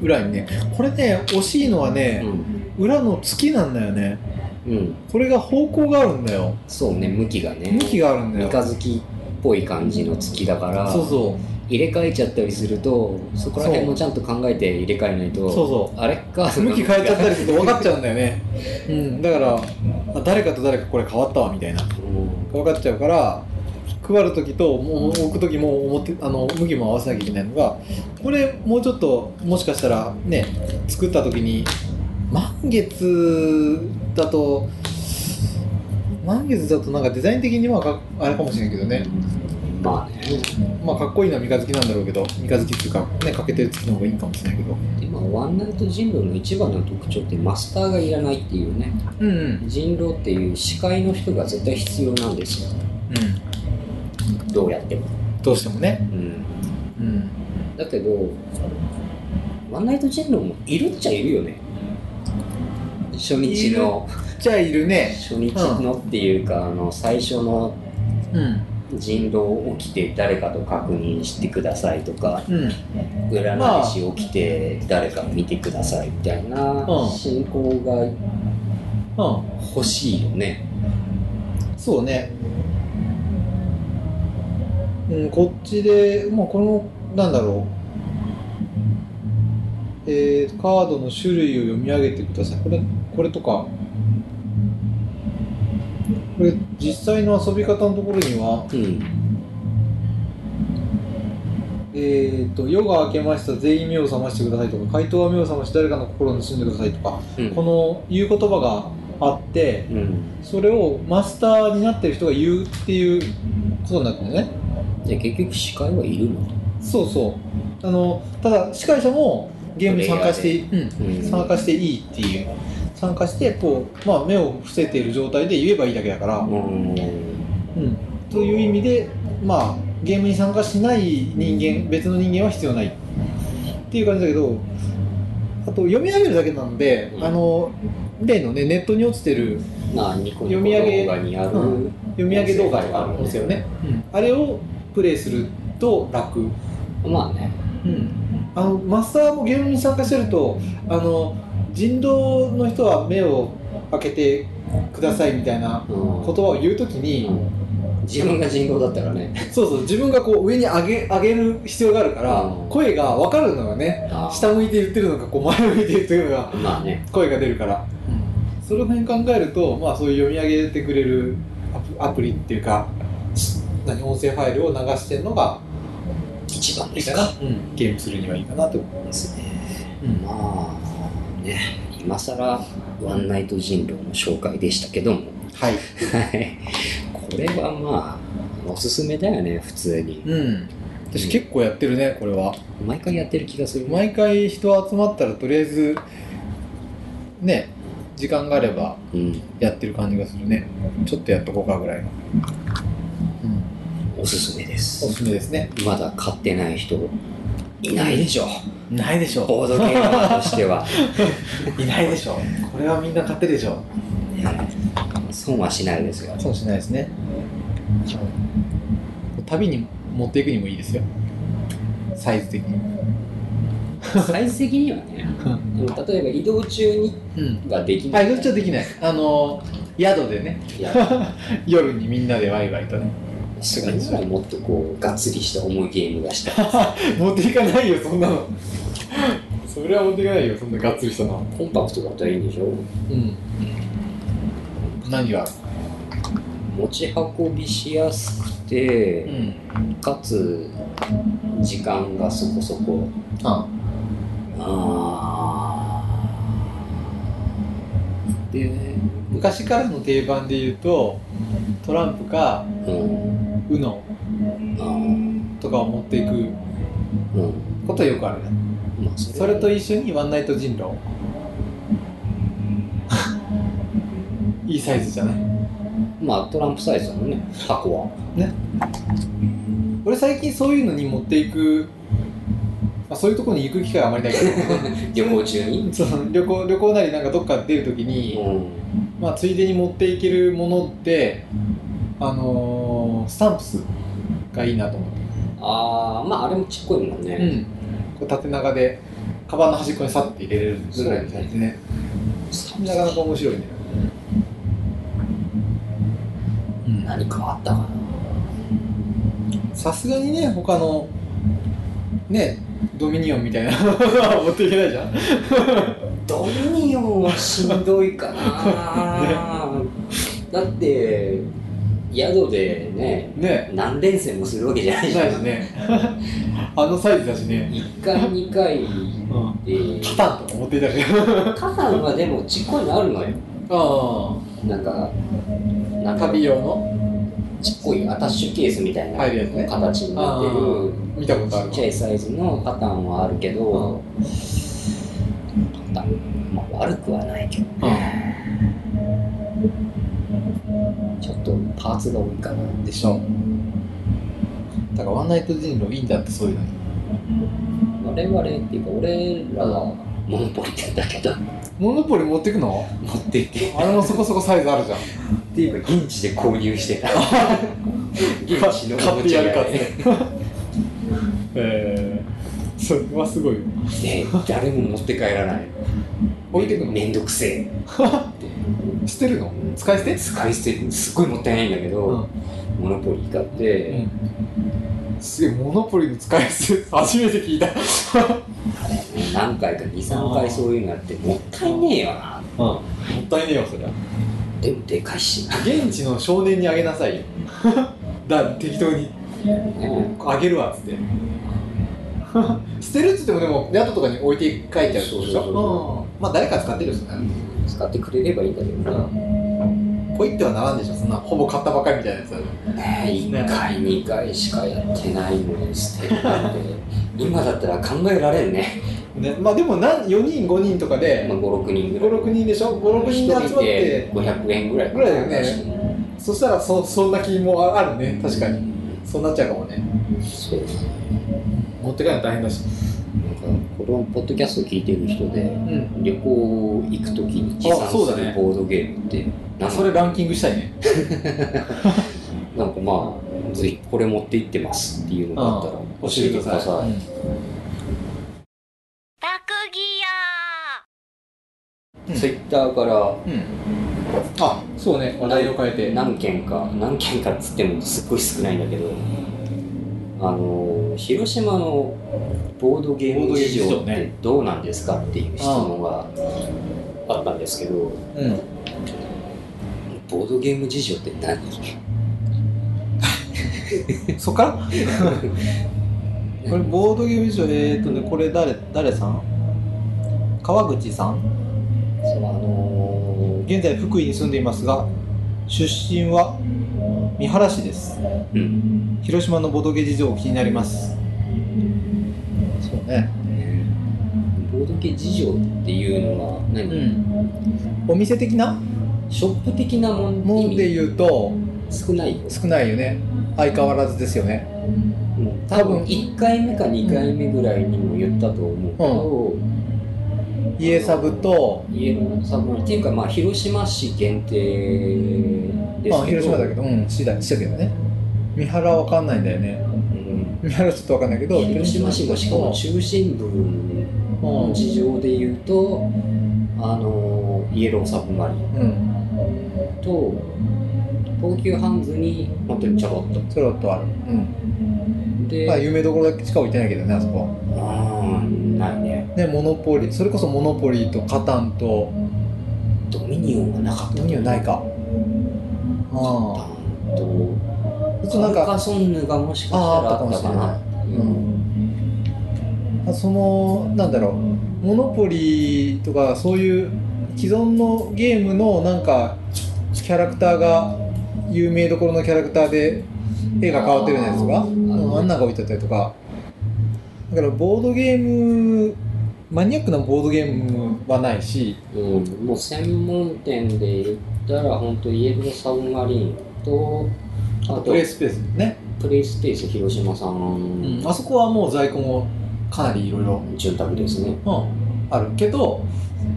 Speaker 3: 裏にねこれね惜しいのは
Speaker 2: う
Speaker 3: ね、
Speaker 2: ん、
Speaker 3: 裏の月なんだよね
Speaker 2: うん、
Speaker 3: これが方向があるんだよ
Speaker 2: そうね向きがね
Speaker 3: 向きがあるんだ
Speaker 2: 三
Speaker 3: よ
Speaker 2: 日月っぽい感じの月だから
Speaker 3: そうそう
Speaker 2: 入れ替えちゃったりするとそこら辺もちゃんと考えて入れ替えないと
Speaker 3: そうそ
Speaker 2: あれか
Speaker 3: 向き変えちゃったりすると分かっちゃうんだよね、うん、だからあ誰かと誰かこれ変わったわみたいな
Speaker 2: うん
Speaker 3: 分かっちゃうから配る時ともう置く時も表あの向きも合わせなきゃいけないのがこれもうちょっともしかしたらね作った時に満月だと満月だとなんかデザイン的にはかあれかもしれないけどね
Speaker 2: まあね
Speaker 3: まあかっこいいのは三日月なんだろうけど三日月っていうかね欠けてる月の方がいいかもしれないけど
Speaker 2: でまあワンナイト人狼の一番の特徴ってマスターがいらないっていうね
Speaker 3: うんうん
Speaker 2: 人狼っていう司会の人が絶対必要なんですよどうやっても、
Speaker 3: どうしてもね
Speaker 2: うん、
Speaker 3: うん
Speaker 2: だけどワンナイト人狼もいるっちゃいるよね初日の
Speaker 3: じゃあいるね
Speaker 2: 初日のっていうか、あの最初の
Speaker 3: うん
Speaker 2: 人狼起きて誰かと確認してくださいとか
Speaker 3: うん
Speaker 2: 占い師起きて誰か見てくださいみたいな
Speaker 3: うん
Speaker 2: 進行が
Speaker 3: う
Speaker 2: 欲しいよね
Speaker 3: んそうねうんこっちでまあこのなんだろうえー、カードの種類を読み上げてくださいこれこれとかこれ実際の遊び方のところには
Speaker 2: うん
Speaker 3: えー、と夜が明けました全員目を覚ましてくださいとか回答は目を覚まし誰かの心を盗んでくださいとか
Speaker 2: うん
Speaker 3: この言う言葉があって
Speaker 2: うん
Speaker 3: それをマスターになってる人が言うっていうことになってるね
Speaker 2: じゃあ結局司会はいるの
Speaker 3: そうそうあのただ司会者もゲームに参加していい、うん参加していいっていう参加してこう、まあ、目を伏せている状態で言えばいいだけだから、
Speaker 2: うん
Speaker 3: うん、という意味で、まあ、ゲームに参加しない人間別の人間は必要ないっていう感じだけどあと読み上げるだけなので、
Speaker 2: うん
Speaker 3: あの例のねネットに落ちてる
Speaker 2: まあニコニ
Speaker 3: 読
Speaker 2: コ
Speaker 3: み上げ
Speaker 2: 動画にある、
Speaker 3: うん読み上げ動画があるんですよね、あれをプレイすると楽、
Speaker 2: まあね
Speaker 3: あのマスターもゲームに参加してるとあの人道の人は目を開けてくださいみたいな
Speaker 2: う
Speaker 3: 言
Speaker 2: ん
Speaker 3: 葉を言うときに、
Speaker 2: うん自分が人狼だったらね
Speaker 3: そうそう自分がこう上に上げ上げる必要があるから、
Speaker 2: うん
Speaker 3: 声が分かるのがね
Speaker 2: あ
Speaker 3: 下向いて言ってるのかこう前向いて言ってるのが
Speaker 2: まあね
Speaker 3: 声が出るから、その辺考えると、まあ、そういう読み上げてくれるアプアプリっていうかし何音声ファイルを流してるのが
Speaker 2: 一番
Speaker 3: い
Speaker 2: で
Speaker 3: い
Speaker 2: す
Speaker 3: か
Speaker 2: か
Speaker 3: な、うんゲームするにはいいかなと思います、うん
Speaker 2: まあね今更ワンナイト人狼の紹介でしたけども
Speaker 3: はい、
Speaker 2: はいこれはまあおすすめだよね普通に
Speaker 3: うん、私結構やってるねこれは
Speaker 2: 毎回やってる気がする
Speaker 3: 毎回人集まったらとりあえずね時間があれば
Speaker 2: うん
Speaker 3: やってる感じがするねちょっとやっとこうかぐらいの、うん
Speaker 2: おすすめで
Speaker 3: お
Speaker 2: す
Speaker 3: すすめですね
Speaker 2: まだ買ってない人いないでしょ
Speaker 3: ないでしょ
Speaker 2: ボードゲーマーとして は
Speaker 3: いないでしょこれはみんな買ってるでしょ
Speaker 2: 損はしないですよ
Speaker 3: 損しないですね旅に持っていくにもいいですよサイズ的に
Speaker 2: サイズ的にはね
Speaker 3: うん
Speaker 2: でも例えば移動中にはできな
Speaker 3: あ
Speaker 2: い
Speaker 3: どっちはできないあの宿でね
Speaker 2: いや
Speaker 3: 夜にみんなでワイワイとね
Speaker 2: それならもっとこうがっつりした重いゲームがしたい
Speaker 3: 持っていかないよそんなのそれは持っていかないよそんながっつりしたな
Speaker 2: コンパクトだったらいいんでしょ
Speaker 3: うん何が
Speaker 2: 持ち運びしやすくて、
Speaker 3: ん
Speaker 2: かつ時間がそこそこ
Speaker 3: あ
Speaker 2: で、
Speaker 3: 昔からの定番で言うとトランプか
Speaker 2: うん、
Speaker 3: UNO
Speaker 2: あー
Speaker 3: とかを持っていく
Speaker 2: うん、
Speaker 3: ことはよくあるね
Speaker 2: まあそ
Speaker 3: それと一緒にワンナイト人 狼いいサイズじゃない
Speaker 2: まあトランプサイズだもんね箱は
Speaker 3: 俺最近そういうのに持っていく、まあ、そういうとこに行く機会はあまりないけ
Speaker 2: 旅行中に
Speaker 3: どその旅行旅行なりなんかどっか出るときに、
Speaker 2: うん
Speaker 3: まあ、ついでに持っていけるものって、あのースタンプスがいいなと思って、
Speaker 2: ああまああれもちっこいもんね、
Speaker 3: うん、こう縦長でカバンの端っこにさって入れれるぐらいのサイズね
Speaker 2: さ
Speaker 3: なかなか面白いね、うん
Speaker 2: 何かあったかな
Speaker 3: さすがにね他のねドミニオンみたいな のは持っていけないじゃん
Speaker 2: ドミニオンはしんどいかな、だって宿でね
Speaker 3: ね
Speaker 2: 何連戦もするわけじゃないじゃ
Speaker 3: ないし
Speaker 2: ん
Speaker 3: ねあのサイズだしね、
Speaker 2: 1回2回
Speaker 3: うん、
Speaker 2: えー
Speaker 3: パタンとか持っていたけど
Speaker 2: カタンはでもちっこいのあるのよ
Speaker 3: あ
Speaker 2: なんかなん
Speaker 3: あ
Speaker 2: か
Speaker 3: 旅用の
Speaker 2: ちっこいアタッシュケースみたいな
Speaker 3: 入るやつね
Speaker 2: 形にな
Speaker 3: あ
Speaker 2: ってる、
Speaker 3: あ見たことあ
Speaker 2: ち
Speaker 3: る
Speaker 2: っちゃいサイズのパターンはあるけど、パターン、まあ、悪くはないけど
Speaker 3: うん
Speaker 2: ちょっとパーツが多いかな
Speaker 3: でしょだからワンナイト人狼いいんだってそういうの
Speaker 2: 我
Speaker 3: に
Speaker 2: 々っていうか俺らはモノポリなんだけど
Speaker 3: モノポリ持ってくの
Speaker 2: 持ってって
Speaker 3: あれもそこそこサイズあるじゃん
Speaker 2: っていうか現地で購入 してた現地のお
Speaker 3: 買っ
Speaker 2: も
Speaker 3: て
Speaker 2: ち
Speaker 3: や
Speaker 2: ゃ
Speaker 3: る
Speaker 2: 屋
Speaker 3: かっ
Speaker 2: で
Speaker 3: てええそれはすごいよ
Speaker 2: ね誰も持って帰らない
Speaker 3: 置いてくの
Speaker 2: めんどくせ え
Speaker 3: 捨てるの使い捨て
Speaker 2: 使い捨てすっごいもったいないんだけど、モノポリ買って、
Speaker 3: うんすげえモノポリの使い捨て 初めて聞いた
Speaker 2: 何回か23回そういうのやってもったいねえよな
Speaker 3: うんもったいねえよそりゃ
Speaker 2: でもでかいしな、
Speaker 3: 現地の少年にあげなさいよ だ適当に
Speaker 2: ね、
Speaker 3: あげるわっつって 捨てるっつってもでも宿とかに置いて帰っちゃうでし
Speaker 2: そうそうそう
Speaker 3: ょうんまあ誰か使ってるしね
Speaker 2: 使ってくれればいいんだけどな、
Speaker 3: ポイってはならんでしょそんなほぼ買ったばかりみたいなやつだよ
Speaker 2: ねえ、1回2回しかやってないのに捨てるなんて今だったら考えられんね、
Speaker 3: ねまあでも何4人5人とか
Speaker 2: ま
Speaker 3: で
Speaker 2: あ、56人ぐらい
Speaker 3: 56人でしょ56人で集ま
Speaker 2: 1
Speaker 3: って
Speaker 2: 人で500円ぐらい
Speaker 3: ぐらいだよねそしたらそそんな気もああるね確かにそうなっちゃうかもね
Speaker 2: そうです
Speaker 3: 持って帰るの大変だし
Speaker 2: なんかこのポッドキャスト聞いてる人で
Speaker 3: うん
Speaker 2: 旅行行く時に持参
Speaker 3: あそうだ
Speaker 2: す
Speaker 3: ね
Speaker 2: るボードゲームってなん
Speaker 3: それランキングしたいね
Speaker 2: なんかまあ、ぜひこれ持って行ってますっていうのがあったら教えてください。
Speaker 1: 特技や
Speaker 3: うん
Speaker 2: ツイッターから
Speaker 3: うん、うんあそうね話題を変えて
Speaker 2: 何件か、何件かっつってもすっごい少ないんだけど、あの、広島のボードゲーム事
Speaker 3: ボー
Speaker 2: 情
Speaker 3: ド
Speaker 2: って
Speaker 3: ゲーム事情ね
Speaker 2: どうなんですかっていう質問があったんですけど、
Speaker 3: うん
Speaker 2: ボードゲーム事情って何
Speaker 3: そっ からこれボードゲームショーえー、っとねこれ誰誰さん川口さん
Speaker 2: そのあの
Speaker 3: 現在福井に住んでいますが出身は三原市です
Speaker 2: うん。
Speaker 3: 広島のボドゲ事情気になりますそうね
Speaker 2: ボードゲ事情っていうのは何、
Speaker 3: んお店的な
Speaker 2: ショップ的なもん
Speaker 3: もんで
Speaker 2: 意味
Speaker 3: 言うと
Speaker 2: 少ないよ。
Speaker 3: 少ないよね相変わらずですよね
Speaker 2: 多分1回目か2回目ぐらいにも言ったと思うけど、
Speaker 3: 家サブと
Speaker 2: 家のサブっていうかまあ広島市限定で
Speaker 3: まあ
Speaker 2: すけど
Speaker 3: 広島だけどうん市だ市だけどね三原わかんないんだよね
Speaker 2: うん
Speaker 3: 三原ちょっとわかんないけど
Speaker 2: 広島市もしかも中心部
Speaker 3: う
Speaker 2: の
Speaker 3: ん
Speaker 2: 事情で言うと、あのイエローサブマリン
Speaker 3: うん、」
Speaker 2: と東急ハンズに本当にちょろっと
Speaker 3: ちょろっとある、うん、
Speaker 2: で、
Speaker 3: まあ有名どころだけしか置いてないけどねあそこは
Speaker 2: あーないね
Speaker 3: ねモノポリそれこそモノポリとカタンと
Speaker 2: ドミニオンはなかった
Speaker 3: 何はないかあ
Speaker 2: えっと
Speaker 3: あそうなん
Speaker 2: カル
Speaker 3: か
Speaker 2: カソンヌがもしかした
Speaker 3: ああ
Speaker 2: ら
Speaker 3: ったか
Speaker 2: あっ
Speaker 3: も
Speaker 2: た
Speaker 3: しれ
Speaker 2: か
Speaker 3: な
Speaker 2: ない
Speaker 3: あそのなんだろうモノポリとかそういう既存のゲームのなんかキャラクターが有名どころのキャラクターで絵が変わってるじゃないですか
Speaker 2: あ
Speaker 3: あ,、
Speaker 2: ー
Speaker 3: うん、あんなんが置いてあったりとかだからボードゲームマニアックなボードゲームはないし
Speaker 2: うん、もう専門店で言ったら本当イエローサブマリンとあと
Speaker 3: プレイスペースね、
Speaker 2: プレイスペース広島さ
Speaker 3: うんん、あそこはもう在庫もかなりいろいろ
Speaker 2: 住宅ですね、
Speaker 3: うんあるけど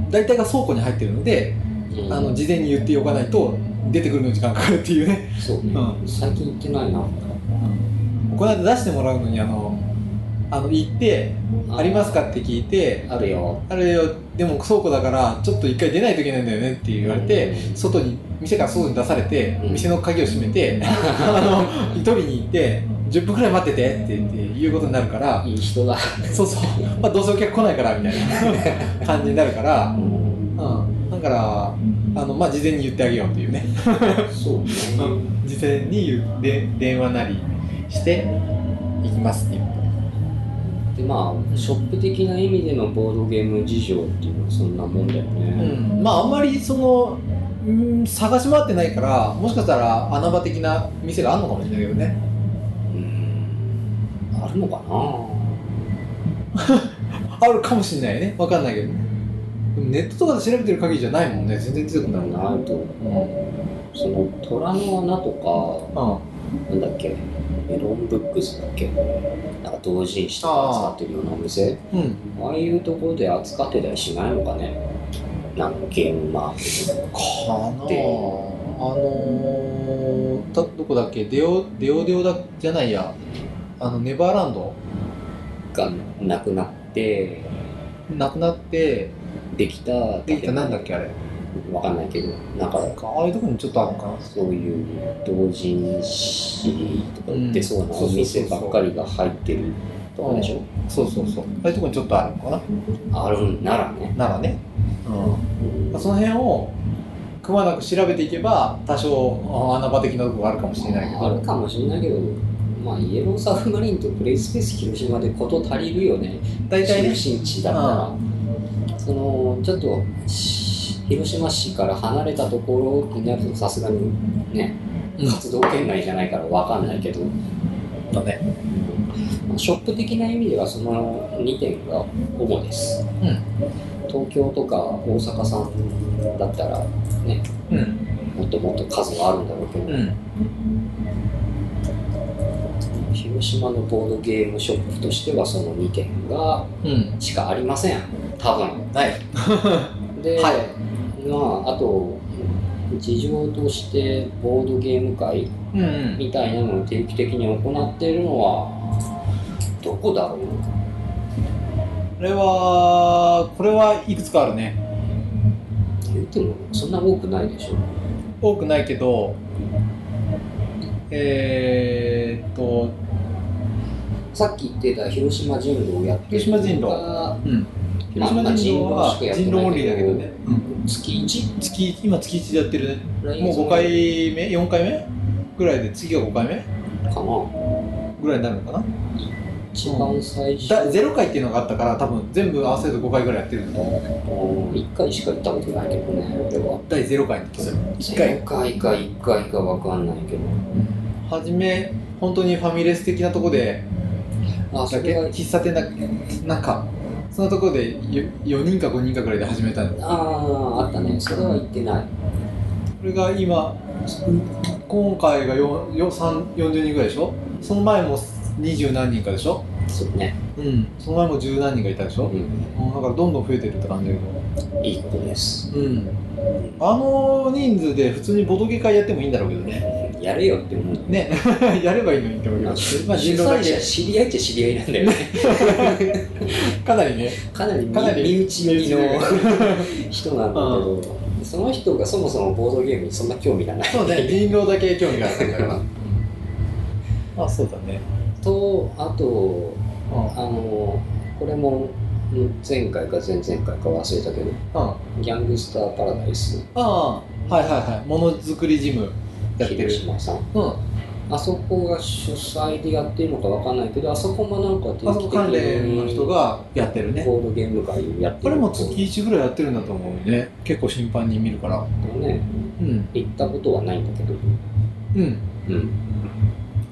Speaker 3: 大体が倉庫に入ってるので
Speaker 2: うん
Speaker 3: あの事前に言っておかないと出てくるのに時間かかるっていうね、
Speaker 2: そうね、
Speaker 3: う
Speaker 2: 最近行ってないな
Speaker 3: この間出してもらうのにあのあの行って「ありますすか?」って聞いて
Speaker 2: あるよ
Speaker 3: 「あれよでも倉庫だからちょっと一回出ないといけないんだよね」って言われて
Speaker 2: うん
Speaker 3: 外に店から外に出されて
Speaker 2: うん
Speaker 3: 店の鍵を閉めてあ の取りに行って10分くらい待っててって言っていうことになるから
Speaker 2: いい人だ、
Speaker 3: そうそう、まあ、どうせお客来ないからみたい な感じになるから、うん、だからあの、まあ、事前に言ってあげようっていうね。
Speaker 2: そうね、
Speaker 3: 事前にで電話なりして行きますっていう
Speaker 2: でまあショップ的な意味でのボードゲーム事情っていうのはそんなもんだよね、
Speaker 3: んまああんまりその、うん、探し回ってないからもしかしたら穴場的な店があるのかもしれないけどね
Speaker 2: うんあるのかな
Speaker 3: あるかもしれないね分かんないけどねでもネットとかで調べてる限りじゃないもんね全然出てこないもんな
Speaker 2: ないと
Speaker 3: うん
Speaker 2: その虎の穴と
Speaker 3: あ
Speaker 2: かなんだっけメロンブックスだっけなんか同人誌とか扱ってるようなお店
Speaker 3: うん
Speaker 2: ああいうところで扱ってたりしないのかねなんかゲームマーケットとか
Speaker 3: かなあ
Speaker 2: で
Speaker 3: あのー、たどこだっけデオデオデオだじゃないやあのネバーランド
Speaker 2: がなくなって
Speaker 3: なくなって
Speaker 2: できた
Speaker 3: できたなんだっけあれ
Speaker 2: わかんないけどなんか
Speaker 3: なんかああいうとこにちょっとあるのかな
Speaker 2: そういう同人誌とか売ってそうなお店ばっかりが入ってるとかでしょ、
Speaker 3: そうそうそうああいうとこにちょっとあるのかな
Speaker 2: あるんならね、
Speaker 3: ならね、うん
Speaker 2: うん
Speaker 3: まあ、その辺をくまなく調べていけば多少あ穴場的なとこがあるかもしれないけ
Speaker 2: ある
Speaker 3: ど
Speaker 2: かもしれないけどまあイエローサブマリンとプレイスペース広島で事足りるよね
Speaker 3: 大体ね
Speaker 2: 中心地だからそのちょっとし広島市から離れたところになるとさすがにね
Speaker 3: うん
Speaker 2: 活動圏内じゃないからわかんないけど、
Speaker 3: だね
Speaker 2: まあショップ的な意味ではその2点が主です、東京とか大阪さんだったらね
Speaker 3: うん
Speaker 2: もっともっと数があるんだろうけど、
Speaker 3: うん
Speaker 2: 広島のボードゲームショップとしてはその2点が
Speaker 3: うん
Speaker 2: しかありません多分
Speaker 3: ない
Speaker 2: で、
Speaker 3: は
Speaker 2: まああと事情としてボードゲーム会
Speaker 3: うんうん
Speaker 2: みたいなのを定期的に行っているのはどこだろう
Speaker 3: これはこれはいくつかあるね
Speaker 2: 言ってもそんな多くないでしょ
Speaker 3: 多くないけどえー、っと
Speaker 2: さっき言ってた広島人狼をやって
Speaker 3: 広島人狼
Speaker 2: が
Speaker 3: うん広島人狼は
Speaker 2: まあ
Speaker 3: 人狼オンリーだけどね、うん、
Speaker 2: 月
Speaker 3: 月今月1でやってるね
Speaker 2: 1?
Speaker 3: もう5回目4回目ぐらいで次が5回目
Speaker 2: かな
Speaker 3: ぐらいになるのかな
Speaker 2: 一番最初
Speaker 3: だ0回っていうのがあったから多分全部合わせると5回ぐらいやってるんだと思う
Speaker 2: 1回しか行ったことないけどね俺は
Speaker 3: 第0回の時1
Speaker 2: 1回か1回か分かんないけど
Speaker 3: 初め本当にファミレス的なとこで
Speaker 2: あそ
Speaker 3: だ
Speaker 2: れ
Speaker 3: け
Speaker 2: は
Speaker 3: 喫茶店だけなんかそのとこで4人か5人かぐらいで始めたんだ
Speaker 2: あああったねそれは行ってない
Speaker 3: これが今今回がよよ3 40人ぐらいでしょその前も20何人かでしょ
Speaker 2: そうね
Speaker 3: うんその前も10何人がいたでし
Speaker 2: う
Speaker 3: ょ、
Speaker 2: ん
Speaker 3: うんだからどんどん増えてるって感じだけど
Speaker 2: いいことです
Speaker 3: うん、あの人数で普通にボドゲ会やってもいいんだろうけどね。
Speaker 2: やれよって思う
Speaker 3: ね、 やればいいのにって思うけど、まあ、
Speaker 2: 主
Speaker 3: 人狼だ
Speaker 2: 催者知り合いっ
Speaker 3: け
Speaker 2: ちゃ知り合いなんだ よね
Speaker 3: かなりね、
Speaker 2: かなり身
Speaker 3: かなり
Speaker 2: 身内
Speaker 3: 身
Speaker 2: の
Speaker 3: 内
Speaker 2: 人なんだけどその人がそもそもボードゲームにそんな興味がない
Speaker 3: そうね、 人狼だけ興味があるんだから。 あ、そうだね。
Speaker 2: とあと
Speaker 3: うん。
Speaker 2: あのこれもうん前回か前々回か忘れたけど
Speaker 3: あ
Speaker 2: ギャングスターパラダイス
Speaker 3: あ、はいはいはい。ものづくりジムやってる。
Speaker 2: 広島さん
Speaker 3: うん。
Speaker 2: あそこが主催でやってるのかわかんないけどあそこもなんか
Speaker 3: 家族関連の人がやってるね。
Speaker 2: ボードゲーム会をやって
Speaker 3: こ
Speaker 2: る
Speaker 3: れも月1ぐらいやってるんだと思うね。結構頻繁に見るから。
Speaker 2: ね
Speaker 3: うん。
Speaker 2: 行ったことはないんだけど
Speaker 3: うん。
Speaker 2: うん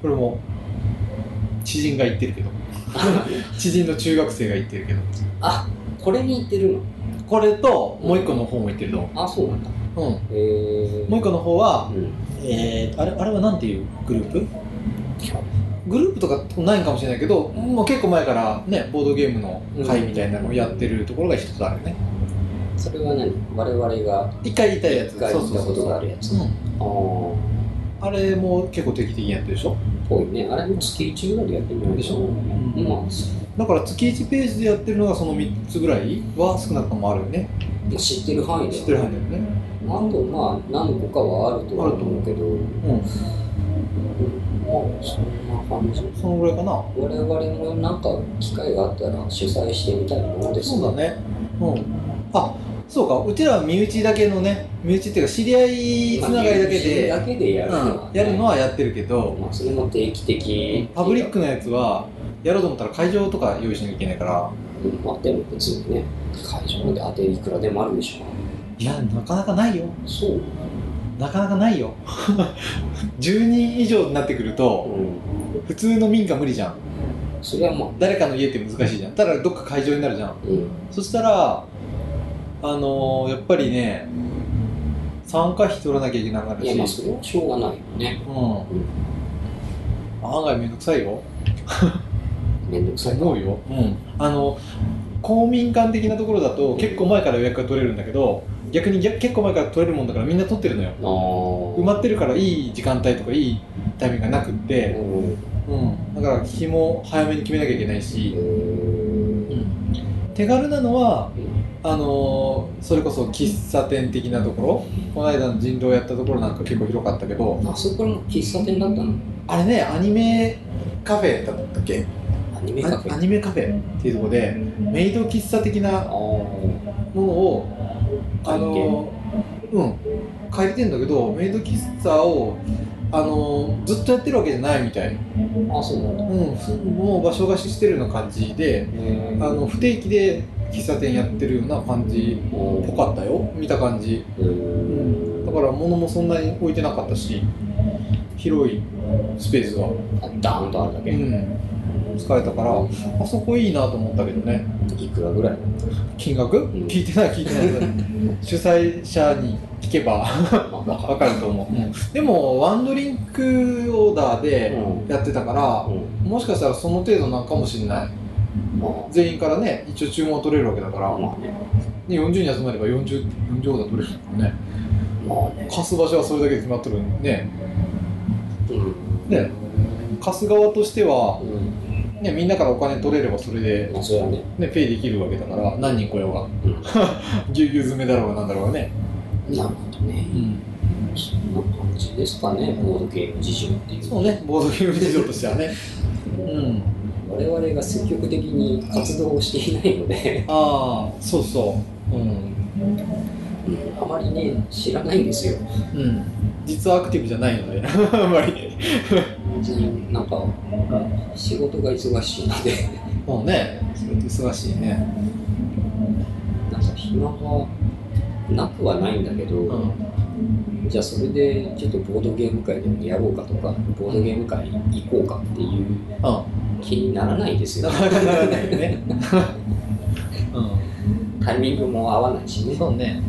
Speaker 3: これも、知人が言ってるけ ど。知人の中学生が言ってるけど。
Speaker 2: あこれに行ってるの
Speaker 3: これと、もう一個の方も言ってると思
Speaker 2: あそうなんだ
Speaker 3: う。うん。
Speaker 2: えー、
Speaker 3: もう一個の方は、
Speaker 2: うん
Speaker 3: えー、あれあれはなんていうグループグループとかないんかもしれないけどもう結構前からねボードゲームの会みたいなのをやってるところが一つあるね
Speaker 2: それは何我々が
Speaker 3: 一回言いたいやつ
Speaker 2: 一回行ったことがあるやつ
Speaker 3: そうそうそう
Speaker 2: あー
Speaker 3: うん、あれも結構定期的にやってるでしょ
Speaker 2: ぽいねあれも月1ぐらいでやってるんでしょ
Speaker 3: ん
Speaker 2: まあそ
Speaker 3: だから月1ページでやってるのがその3つぐらいは少なくともあるよね
Speaker 2: う知ってる範囲で
Speaker 3: 知ってる範囲だよね
Speaker 2: あとまあ何個かはあるとは思うけど
Speaker 3: うん
Speaker 2: まあそんな感じ
Speaker 3: そのぐらいかな
Speaker 2: 我々もなんか機会があったら主催してみたいものです
Speaker 3: そうだねうんあそうかうちらは身内だけのね身内っていうか知り合いつながりだけで、
Speaker 2: だけでやるのは、
Speaker 3: うん、やるの
Speaker 2: は、
Speaker 3: はやってるけど、
Speaker 2: まあ、それも定期的
Speaker 3: パブリックのやつはやろうと思ったら会場とか用意しなきゃいけないから
Speaker 2: うんまあでも別にね会場まで当ていくらでもあるでしょ
Speaker 3: いやなかなかないよ
Speaker 2: そう、
Speaker 3: なかなかないよ 10人以上になってくると
Speaker 2: うん、
Speaker 3: 普通の民家無理じゃん
Speaker 2: それはまあ
Speaker 3: 誰かの家って難しいじゃんただどっか会場になるじゃん
Speaker 2: うん
Speaker 3: そしたらあのーやっぱりね参加費取らなきゃいけなくなる
Speaker 2: いやまあ
Speaker 3: し、
Speaker 2: それはしょうがないよね
Speaker 3: うん、案外めんどくさいよ
Speaker 2: めんどくさいから
Speaker 3: 思うよ、あの公民館的なところだと結構前から予約が取れるんだけど逆に逆結構前から取れるもんだからみんな取ってるのよ
Speaker 2: あー
Speaker 3: 埋まってるからいい時間帯とかいいタイミングがなくって、
Speaker 2: うん
Speaker 3: うん、だから日も早めに決めなきゃいけないし、
Speaker 2: え
Speaker 3: 手軽なのは
Speaker 2: う
Speaker 3: あのーそれこそ喫茶店的なところこの間の人狼やったところなんか結構広かったけど
Speaker 2: ー、あそこも喫茶店だったの
Speaker 3: あれねアニメカフェだったっけ
Speaker 2: アニメカフェ
Speaker 3: ア
Speaker 2: あ
Speaker 3: ニメカフェっていうところでメイド喫茶的な
Speaker 2: あー
Speaker 3: ものをあ
Speaker 2: 借りて
Speaker 3: のうん借りてんだけどメイド喫茶をあのずっとやってるわけじゃないみたい、
Speaker 2: あそうなん
Speaker 3: う
Speaker 2: だ
Speaker 3: ん、もう場所貸ししてるような感じで
Speaker 2: え
Speaker 3: あの不定期で喫茶店やってるような感じっぽかったよ見た感じ、うん、だから物もそんなに置いてなかったし広いスペースが、
Speaker 2: あダーンとあるだ
Speaker 3: う
Speaker 2: け、
Speaker 3: ん、使えたからあそこいいなと思ったけどね
Speaker 2: いくらぐらい
Speaker 3: 金額、
Speaker 2: ん
Speaker 3: 聞いてない聞いてない 主催者に聞けば
Speaker 2: まあわか
Speaker 3: わかると思う、でもワンドリンクオーダー
Speaker 2: る
Speaker 3: で
Speaker 2: うん
Speaker 3: やってたから、
Speaker 2: うん
Speaker 3: もしかしたらその程度なんかもしれない
Speaker 2: ま
Speaker 3: 全員からね一応注文は取れるわけだから、
Speaker 2: あまあね
Speaker 3: で40人集まれば 40, 40オーダー取れるからね
Speaker 2: まあね
Speaker 3: 貸す場所はそれだけで決まってるんでね
Speaker 2: うん
Speaker 3: ね貸す側としては、
Speaker 2: うん
Speaker 3: ね、みんなからお金取れればそれで、
Speaker 2: まあそれはね
Speaker 3: ね、ペイできるわけだから何人来ようが
Speaker 2: うん
Speaker 3: ぎゅうぎゅう詰めだろうがなんだろうがね、
Speaker 2: なるほどねそんな感じですかねボードゲーム事情っていう
Speaker 3: そうねボードゲーム事情としてはねうん
Speaker 2: 我々が積極的に活動をしていないので、
Speaker 3: ああそうそううん
Speaker 2: うんあまりね知らないんですよ
Speaker 3: うん、実はアクティブじゃないのであんまり
Speaker 2: 別になんか仕事が忙しいので
Speaker 3: もうねそれって忙しいね
Speaker 2: なんか暇がなくはないんだけど、
Speaker 3: うん
Speaker 2: じゃあそれでちょっとボードゲーム会でもやろうかとかボードゲーム会行こうかっていう気にならないですよ
Speaker 3: なかなかならないよ ね
Speaker 2: タイミングも合わないし
Speaker 3: うん
Speaker 2: ね
Speaker 3: そうね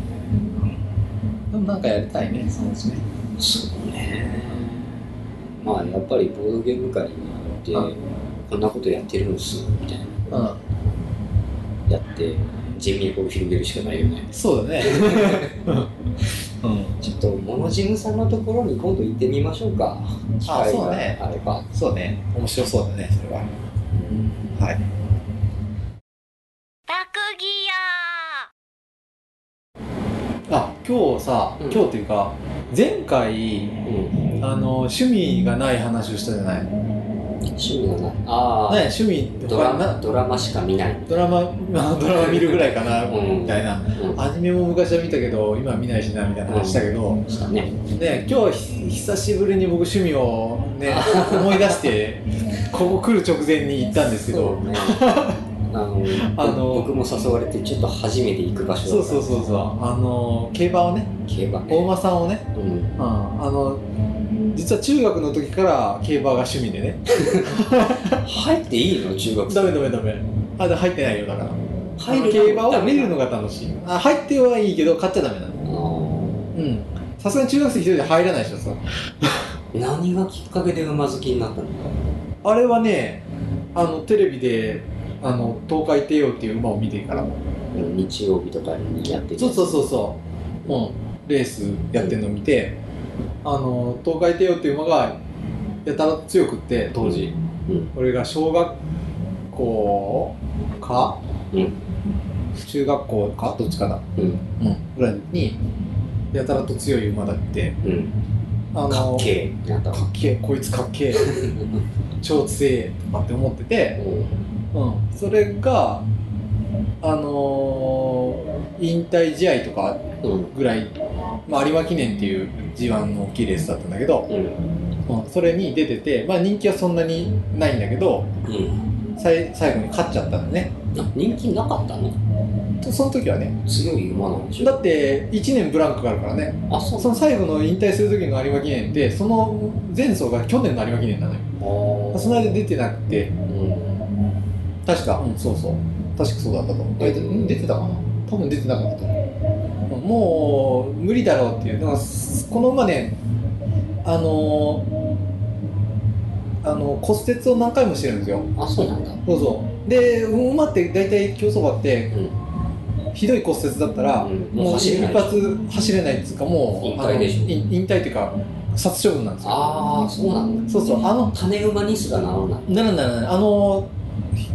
Speaker 3: でもなんかやりたいねそうですね
Speaker 2: そうねまあやっぱりボードゲーム会って
Speaker 3: うん
Speaker 2: こんなことやってるんですよみたいな
Speaker 3: うん
Speaker 2: やって人脈を広げるしかないよね
Speaker 3: そうだね うん
Speaker 2: ちょっと物事務さんのところに今度行ってみましょうか機会
Speaker 3: そうね
Speaker 2: があれば、
Speaker 3: そうね面白そうだねそれははい
Speaker 1: タクギア
Speaker 3: あ今日さ、
Speaker 2: うん
Speaker 3: 今日っていうか前回
Speaker 2: うん
Speaker 3: あの趣味がない話をしたじゃない、ね、
Speaker 2: 趣味がないああ、
Speaker 3: 趣味
Speaker 2: ドラマ
Speaker 3: な
Speaker 2: ドラマしか見ない
Speaker 3: ドラマ ドラマ見るぐらいかな
Speaker 2: うん
Speaker 3: みたい
Speaker 2: う
Speaker 3: な
Speaker 2: ん
Speaker 3: アニメも昔は見たけど今は見ないしなみたいな話したけど、
Speaker 2: したね
Speaker 3: ね、今日ひ久しぶりに僕趣味を ね思い出してここ来る直前に行ったんですけ
Speaker 2: そ
Speaker 3: ど
Speaker 2: うねあの
Speaker 3: あの
Speaker 2: 僕も誘われてちょっと初めて行く場所
Speaker 3: そう
Speaker 2: だ
Speaker 3: そう
Speaker 2: う
Speaker 3: そうそうあの競馬をね
Speaker 2: 競馬ね
Speaker 3: 大間さんをね、
Speaker 2: うん
Speaker 3: うん、あの実は中学の時から競馬が趣味でね
Speaker 2: 入っていいの中学生
Speaker 3: ダメダメダメあで入ってないよだから
Speaker 2: 入る
Speaker 3: 競馬を見るの
Speaker 2: が
Speaker 3: が楽しいあ入ってはいいけど買っちゃダメなのうんさすがに中学生一人で入らないでしょそう
Speaker 2: 何がきっかけで馬好きになったのか
Speaker 3: あれはねあのテレビであの東海帝王っていう馬を見てから
Speaker 2: うん日曜日とかにやってて
Speaker 3: そうそうそうそう、うん、レースやってるのを見て、あの東海帝王っていう馬がやたら強くって当時、
Speaker 2: うん
Speaker 3: 俺が小学校か、
Speaker 2: うん
Speaker 3: 中学校かどっちかだ、
Speaker 2: うん
Speaker 3: うん、ぐらいにやたらと強い馬だって
Speaker 2: うん
Speaker 3: あの
Speaker 2: かっけえってな った
Speaker 3: かっけえこいつかっけえ 超強えとかって思ってて、
Speaker 2: うん
Speaker 3: うん、それがあのー引退試合とか
Speaker 2: うん
Speaker 3: ぐらい、まあ、有馬記念っていう G1 の大きいレースだったんだけど、
Speaker 2: うん
Speaker 3: うんそれに出てて、まあ、人気はそんなにないんだけど
Speaker 2: うん
Speaker 3: さい最後に勝っちゃったんだね
Speaker 2: あ人気なかったの
Speaker 3: とその時はね
Speaker 2: 強い馬なんでし
Speaker 3: だ
Speaker 2: ょ
Speaker 3: って1年ブランクがあるからね
Speaker 2: あそう
Speaker 3: その最後の引退する時の有馬記念ってその前走が去年の有馬記念なのよ
Speaker 2: あー
Speaker 3: その間出てなくて
Speaker 2: うん
Speaker 3: 確かうんそうそう確かそうだったと思うあれうん出てたかな多分出てなかったと思うもう無理だろうっていうだからすこの馬ねあのーあの骨折を何回もしてるんですよ
Speaker 2: あそうなんだ
Speaker 3: そうそうで馬って大体競走馬って
Speaker 2: うん
Speaker 3: ひどい骨折だったら、
Speaker 2: うんもう
Speaker 3: もう
Speaker 2: 走れ
Speaker 3: 一
Speaker 2: ない
Speaker 3: 発走れないっていうかもう
Speaker 2: 引退でしょ
Speaker 3: あの引引退っていうか殺処分なんですよ
Speaker 2: ああそうなんだ
Speaker 3: そうそうあの
Speaker 2: 種馬にすらならない
Speaker 3: ならないならないあのひ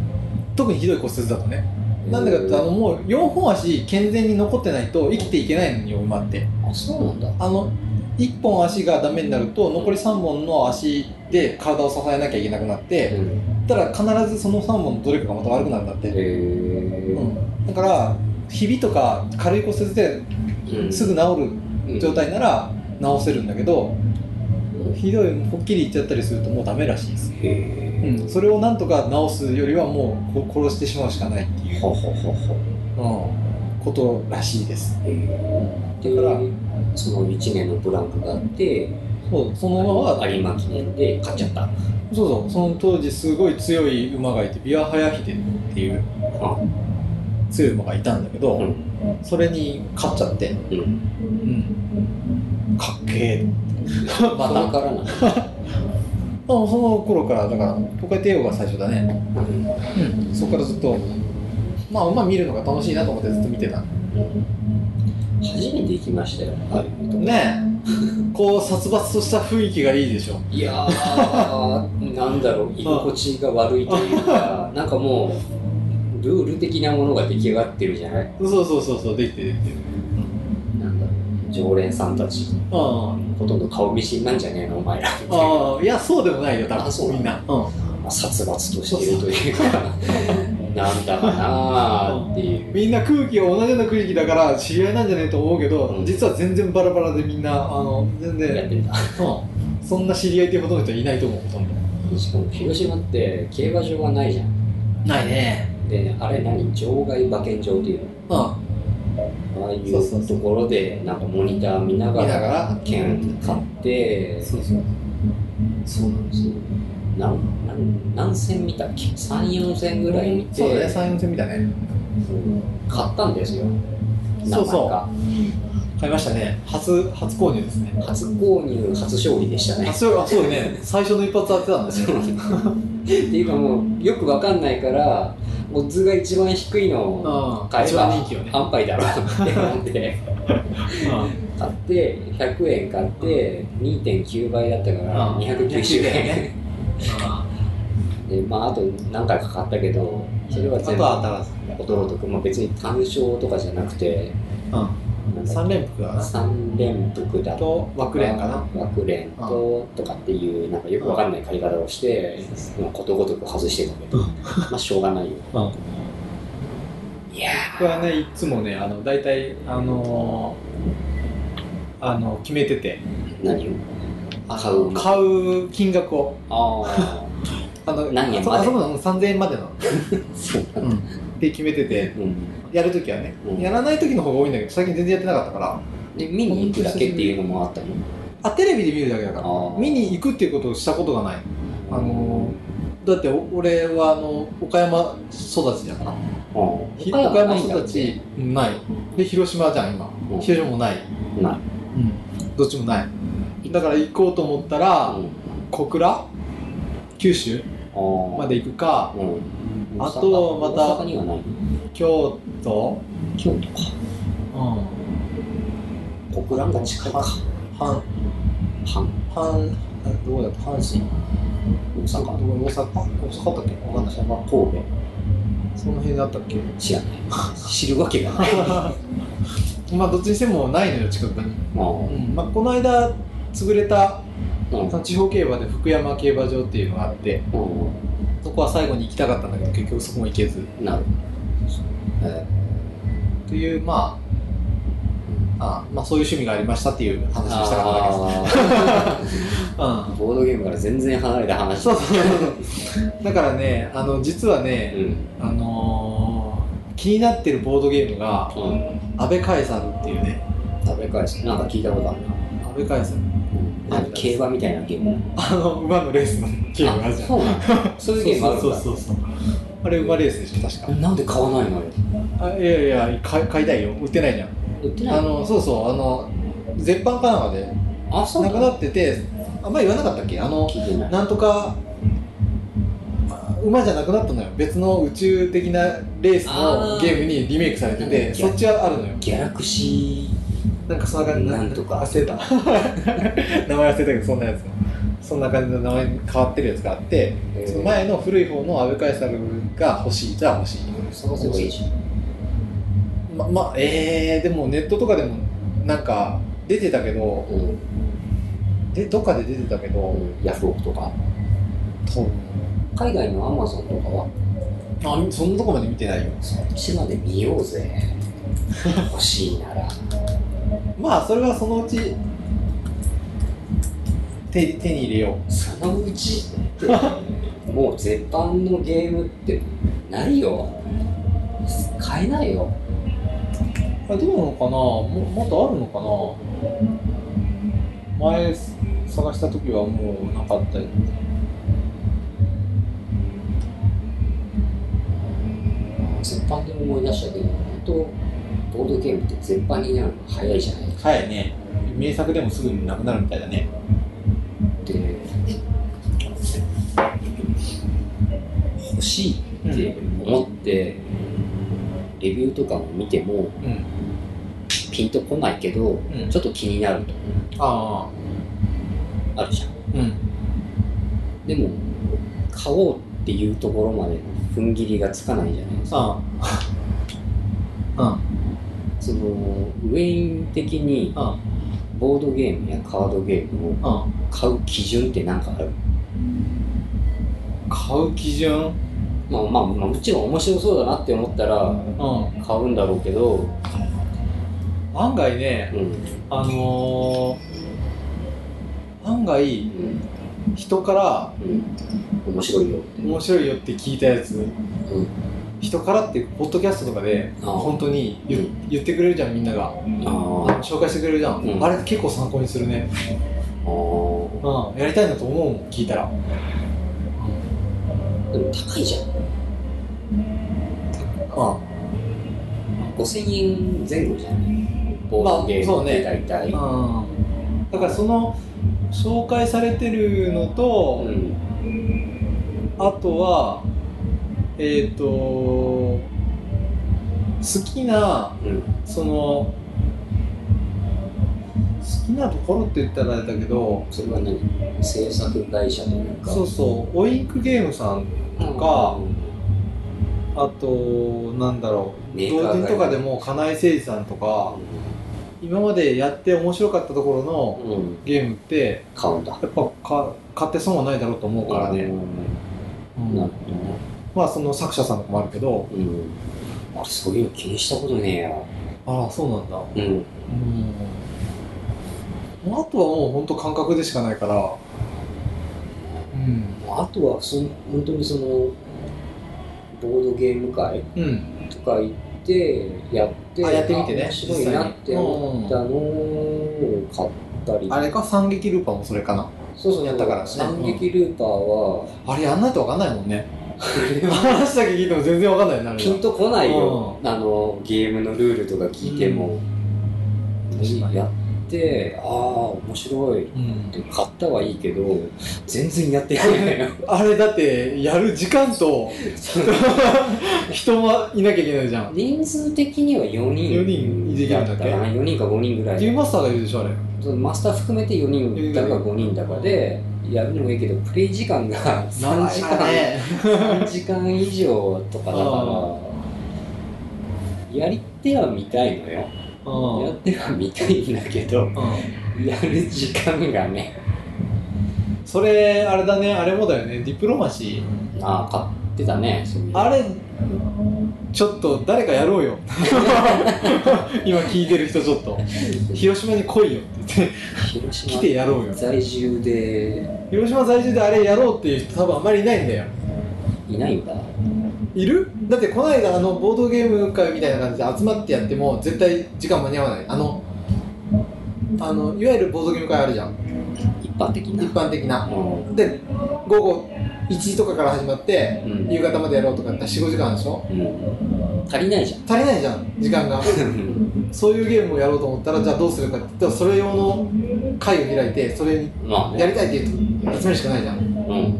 Speaker 3: 特にひどい骨折だとねなんでかってあのもう4本足健全に残ってないと生きていけないのに馬って
Speaker 2: あそうなんだ
Speaker 3: あの1本足がダメになると残り3本の足で体を支えなきゃいけなくなって
Speaker 2: うん
Speaker 3: たら必ずその3本のどれかがまた悪くなるんだって、
Speaker 2: へ
Speaker 3: うん、だからひびとか軽い骨折で
Speaker 2: え
Speaker 3: すぐ治る状態なら治せるんだけどひどいほっきりいっちゃったりするともうダメらしいです、
Speaker 2: へえ
Speaker 3: うん、それをなんとか治すよりはもうこ殺してしまうしかないっていう、
Speaker 2: ほほほほ
Speaker 3: うん、ことらしいです
Speaker 2: へえで
Speaker 3: だから
Speaker 2: その1年のブランクがあって
Speaker 3: そうその馬は
Speaker 2: 有馬記念で勝っちゃった
Speaker 3: そうそうその当時すごい強い馬がいてビアハヤヒデっていう
Speaker 2: あ
Speaker 3: 強い馬がいたんだけど、
Speaker 2: うん
Speaker 3: それに勝っちゃって、
Speaker 2: うん
Speaker 3: うんかっけえ ま
Speaker 2: そ
Speaker 3: た
Speaker 2: れ
Speaker 3: あ
Speaker 2: からなんだ
Speaker 3: その頃からだから東海帝王が最初だね、
Speaker 2: うん
Speaker 3: うん、そこからずっとまあ馬見るのが楽しいなと思ってずっと見てた
Speaker 2: 初めて行きましたよあれ
Speaker 3: ねえこう殺伐とした雰囲気がいいでしょ
Speaker 2: いやーなんだろう居心地が悪いという かなんかもうルール的なものが出来上がってるじゃない
Speaker 3: そうそうそうそうできてるできてる
Speaker 2: なんだろう常連さんたち
Speaker 3: あ
Speaker 2: ほとんど顔見知りなんじゃねえのお前らみたいな
Speaker 3: ああいやそうでもないよ多
Speaker 2: あそう
Speaker 3: 分みんな、うん、
Speaker 2: まあ殺伐としているというかなんだかなーっていう
Speaker 3: みんな空気が同じような空気だから知り合いなんじゃねえと思うけど、
Speaker 2: うん
Speaker 3: 実は全然バラバラでみんなあの全
Speaker 2: やっ
Speaker 3: 然、
Speaker 2: てた
Speaker 3: うん、そんな知り合いっていうほとんどの人はいないと思うほとんど
Speaker 2: しかも広島って競馬場がないじゃん
Speaker 3: ないね
Speaker 2: であれ何場外馬券場っていう
Speaker 3: うん
Speaker 2: のああい
Speaker 3: そうそう
Speaker 2: う
Speaker 3: そ
Speaker 2: と
Speaker 3: う
Speaker 2: ころでなんかモニター見なが
Speaker 3: 見なが
Speaker 2: ら
Speaker 3: ら
Speaker 2: 券買って
Speaker 3: そうそう
Speaker 2: そうなんですよなんなん何戦見たっけ34戦ぐらい見て
Speaker 3: そうだね34戦見たね
Speaker 2: うん買ったんですよ
Speaker 3: そうそう
Speaker 2: なか
Speaker 3: 買いましたね初初購入ですね
Speaker 2: なか初購入初勝利でしたね
Speaker 3: あそうあそうね最初の一発当てたんですよ
Speaker 2: っていうかもうよくわかんないからオッズが一番低いのを買え
Speaker 3: 一
Speaker 2: ば
Speaker 3: 番人気よね、
Speaker 2: 安牌だろうって思って 買って100円買って2.9倍だったから
Speaker 3: うん
Speaker 2: 290円
Speaker 3: ね
Speaker 2: でまああと何回か買ったけどそれは
Speaker 3: あ
Speaker 2: 全
Speaker 3: と
Speaker 2: 部
Speaker 3: は当たらず
Speaker 2: 驚くまあ別に単勝とかじゃなくて
Speaker 3: う三連服かな
Speaker 2: 三連服だと
Speaker 3: と枠連かな
Speaker 2: 枠連ととかっていうなんかよくわかんない借り方をしてまあことごとく外してたけど
Speaker 3: うん
Speaker 2: まあしょうが ないよ
Speaker 3: うん
Speaker 2: いや
Speaker 3: 僕はねいつもねあの大体あのーあの決めてて
Speaker 2: ー何を
Speaker 3: あの
Speaker 2: 買う
Speaker 3: 買う金額を
Speaker 2: ああ
Speaker 3: あの
Speaker 2: 何円まで
Speaker 3: あそあそこの3000円までなの、
Speaker 2: そうか
Speaker 3: うん、って決めてて
Speaker 2: うん
Speaker 3: やるときはね、
Speaker 2: うん
Speaker 3: やらないときの方が多いんだけど最近全然やってなかったから
Speaker 2: で見に行くだけっていうのもあったの
Speaker 3: あテレビで見るだけだか
Speaker 2: あー
Speaker 3: ら見に行くっていうことをしたことがないあのーだってお俺はあの岡山育ちだから
Speaker 2: うん
Speaker 3: ひ
Speaker 2: 岡山
Speaker 3: 岡山
Speaker 2: ないんだっ
Speaker 3: 育
Speaker 2: け
Speaker 3: ちないで広島じゃん今
Speaker 2: うん
Speaker 3: 広島もない、
Speaker 2: ない
Speaker 3: うん、どっちもないだから行こうと思ったら、
Speaker 2: うん
Speaker 3: 小倉九州
Speaker 2: あ
Speaker 3: まで行くか
Speaker 2: うん
Speaker 3: あとまた
Speaker 2: 大阪にはない
Speaker 3: 京都、
Speaker 2: 京都か
Speaker 3: うん、
Speaker 2: 小倉が近いか
Speaker 3: 阪
Speaker 2: 阪
Speaker 3: 阪どこだった阪神
Speaker 2: 大
Speaker 3: 大
Speaker 2: 阪
Speaker 3: 阪大阪大阪だったっけわかんない
Speaker 2: 大阪神
Speaker 3: その辺だったっ け
Speaker 2: 戸知らない知るわけがない
Speaker 3: まあどっちにしてもないのよ近くに、
Speaker 2: あ
Speaker 3: う
Speaker 2: ー
Speaker 3: んまあ、この間潰れた
Speaker 2: うん
Speaker 3: 地方競馬で福山競馬場っていうのがあって
Speaker 2: う
Speaker 3: そこは最後に行きたかったんだけど結局そこも行けず
Speaker 2: んなるえ
Speaker 3: というまああまあそういう趣味がありましたっていう話をしたかっただけです うん
Speaker 2: ーボードゲームから全然離れた話
Speaker 3: そうそうそうだからねあの実は
Speaker 2: う
Speaker 3: ね、
Speaker 2: ん
Speaker 3: あのー気になってるボードゲームが
Speaker 2: うん
Speaker 3: 「アベカエサル」っていうね
Speaker 2: 食べ返しなんか聞いたことあるな
Speaker 3: アベカエサル
Speaker 2: うんなんか競馬みたいなゲーム
Speaker 3: あの馬のレースのゲームあるじゃん
Speaker 2: そうなのそういうゲームあるん
Speaker 3: そう
Speaker 2: だ
Speaker 3: そうそうそうあれ馬レースでしょ確か
Speaker 2: なんで買わないのよ
Speaker 3: あいやいや買い買いたいよ売ってないじゃん
Speaker 2: 売ってない
Speaker 3: あのそうそうあの絶版かなんかで
Speaker 2: あそう
Speaker 3: な
Speaker 2: な
Speaker 3: くなっててあんまり言わなかったっけあの
Speaker 2: 聞いてない
Speaker 3: なんとかあ馬じゃなくなったのよ別の宇宙的なレース
Speaker 2: あー
Speaker 3: のゲームにリメイクされて
Speaker 2: うん
Speaker 3: てそっちはあるのよ
Speaker 2: ギャラクシ
Speaker 3: なんかそんな感じ
Speaker 2: なんとか
Speaker 3: 忘れた名前忘れたけどそんなやつそんな感じの名前に変わってるやつがあって
Speaker 2: ー
Speaker 3: その前の古い方の阿部カエサルが欲しいじゃあ欲しい
Speaker 2: 探せばいいじゃん
Speaker 3: ままあえー、でもネットとかでもなんか出てたけど
Speaker 2: うん
Speaker 3: でどっかで出てたけど
Speaker 2: ヤフオクとか
Speaker 3: 多分
Speaker 2: 海外のアマゾンとかは
Speaker 3: あそんなとこまで見てないよ
Speaker 2: そっちまで見ようぜ欲しいなら
Speaker 3: まあそれはそのうち手手に入れよ
Speaker 2: そのうちってもう絶版のゲームってないよ買えないよ
Speaker 3: うあどうなのかなもまだあるのかな前探した時はもうなかったよ
Speaker 2: 絶版で思い出したけど本当ボードゲームって絶版になるの早いじゃないか
Speaker 3: はいね名作でもすぐになくなるみたいだね
Speaker 2: って欲しいって思って、レビューとかも見ても
Speaker 3: うん
Speaker 2: ピンとこないけど、
Speaker 3: うん
Speaker 2: ちょっと気になると
Speaker 3: ああ
Speaker 2: あるじゃん
Speaker 3: うん
Speaker 2: でも買おうっていうところまで踏ん切りがつかないじゃないですか
Speaker 3: ああ
Speaker 2: そのウェイン的に
Speaker 3: うんうん
Speaker 2: ボードゲームやカードゲームを
Speaker 3: うん
Speaker 2: 買う基準って何かある
Speaker 3: 買う基準
Speaker 2: まあまあ、まあ、もちろん面白そうだなって思ったら
Speaker 3: うん
Speaker 2: 買うんだろうけど、
Speaker 3: 案外ね
Speaker 2: うん
Speaker 3: あのー、案外
Speaker 2: うん
Speaker 3: 人から
Speaker 2: うん、面白いよって、
Speaker 3: 面白いよって聞いたやつ
Speaker 2: うん
Speaker 3: 人からってポッドキャストとかで
Speaker 2: あ
Speaker 3: 本当に言,、
Speaker 2: うん
Speaker 3: 言ってくれるじゃんみんなが
Speaker 2: あー
Speaker 3: 紹介してくれるじゃん、
Speaker 2: うん
Speaker 3: あれ結構参考にするね、
Speaker 2: あー
Speaker 3: うん、やりたいなと思うもん聞いたら、
Speaker 2: でも高いじゃん5000円前後じゃんボードゲームって大体、
Speaker 3: うんうん、だからその紹介されてるのと、
Speaker 2: うん
Speaker 3: あとはえっ、と好きな
Speaker 2: うん
Speaker 3: その好きなところって言ったらあれだけど
Speaker 2: それは何制作会社というか
Speaker 3: そうそうオインクゲームさんとか
Speaker 2: うん
Speaker 3: あとなんだろう
Speaker 2: メーカーが
Speaker 3: 同人とかでも金井誠司さんとか今までやって面白かったところの
Speaker 2: うん、
Speaker 3: ゲームって
Speaker 2: 買うんだ。
Speaker 3: やっぱか買って損はないだろうと思うからね、
Speaker 2: うん。
Speaker 3: う
Speaker 2: なるほ
Speaker 3: ん
Speaker 2: どね。
Speaker 3: まあその作者さんとかもあるけど
Speaker 2: うん。あそういうの気にしたことねえや。
Speaker 3: ああそうなんだ
Speaker 2: うん。
Speaker 3: うんあとはもう本当感覚でしかないからうん
Speaker 2: あとはその、本当にその、ボードゲーム会
Speaker 3: うん
Speaker 2: とか行って、やって、
Speaker 3: あやってみてね
Speaker 2: あ面白いなって思ったのを買ったり。
Speaker 3: あれか三撃ルーパーもそれかな
Speaker 2: そうそう、
Speaker 3: やったからね
Speaker 2: 三撃ルーパーは、
Speaker 3: あれやんないとわかんないもんね話だけ聞いても全然わかんないよねあ れ
Speaker 2: ピン
Speaker 3: は
Speaker 2: とこないよ、あのゲームのルールとか聞いても、
Speaker 3: 確かに
Speaker 2: やってああ面白いっ
Speaker 3: うん
Speaker 2: て買ったはいいけど全然やってないん だよ
Speaker 3: あれだってやる時間と人もいなきゃいけないじゃん
Speaker 2: 人数的には4
Speaker 3: 四人で
Speaker 2: 人
Speaker 3: きる
Speaker 2: だ
Speaker 3: ん
Speaker 2: っ
Speaker 3: だ
Speaker 2: た
Speaker 3: っけ
Speaker 2: かな4人か5人ぐら
Speaker 3: ゲー
Speaker 2: い
Speaker 3: ムマスターがいるでしょあれ
Speaker 2: そのマスター含めて4人だか
Speaker 3: 四
Speaker 2: 5人だかでやるのもいいけどプレイ時間が3時間、3時間以上とかだからやりてはみたいのよ
Speaker 3: うん
Speaker 2: やってはみたいんだけどやる時間がね
Speaker 3: それあれだねあれもだよねディプロマシー
Speaker 2: ああ買ってたねそういう
Speaker 3: あれちょっと誰かやろうよ 今聞いてる人ちょっと広島に来いよって言って
Speaker 2: 広島
Speaker 3: 来てやろうよ
Speaker 2: 在住で
Speaker 3: 広島在住であれやろうっていう人多分あんまりいないんだよ
Speaker 2: いないんだ
Speaker 3: いるだってこの間あのボードゲーム会みたいな感じで集まってやっても絶対時間間に合わないあのあのいわゆるボードゲーム会あるじゃん
Speaker 2: 一般的な
Speaker 3: 一般的な
Speaker 2: うん
Speaker 3: で午後1時とかから始まって
Speaker 2: うん
Speaker 3: 夕方までやろうとかって45時間でしょ
Speaker 2: うん足りないじゃん
Speaker 3: 足りないじゃん時 間がそういうゲームをやろうと思ったらじゃあどうするかって言ったらそれ用の会を開いてそれに
Speaker 2: まあ
Speaker 3: や
Speaker 2: ね
Speaker 3: りたいって言うと集めるしかないじゃん
Speaker 2: うん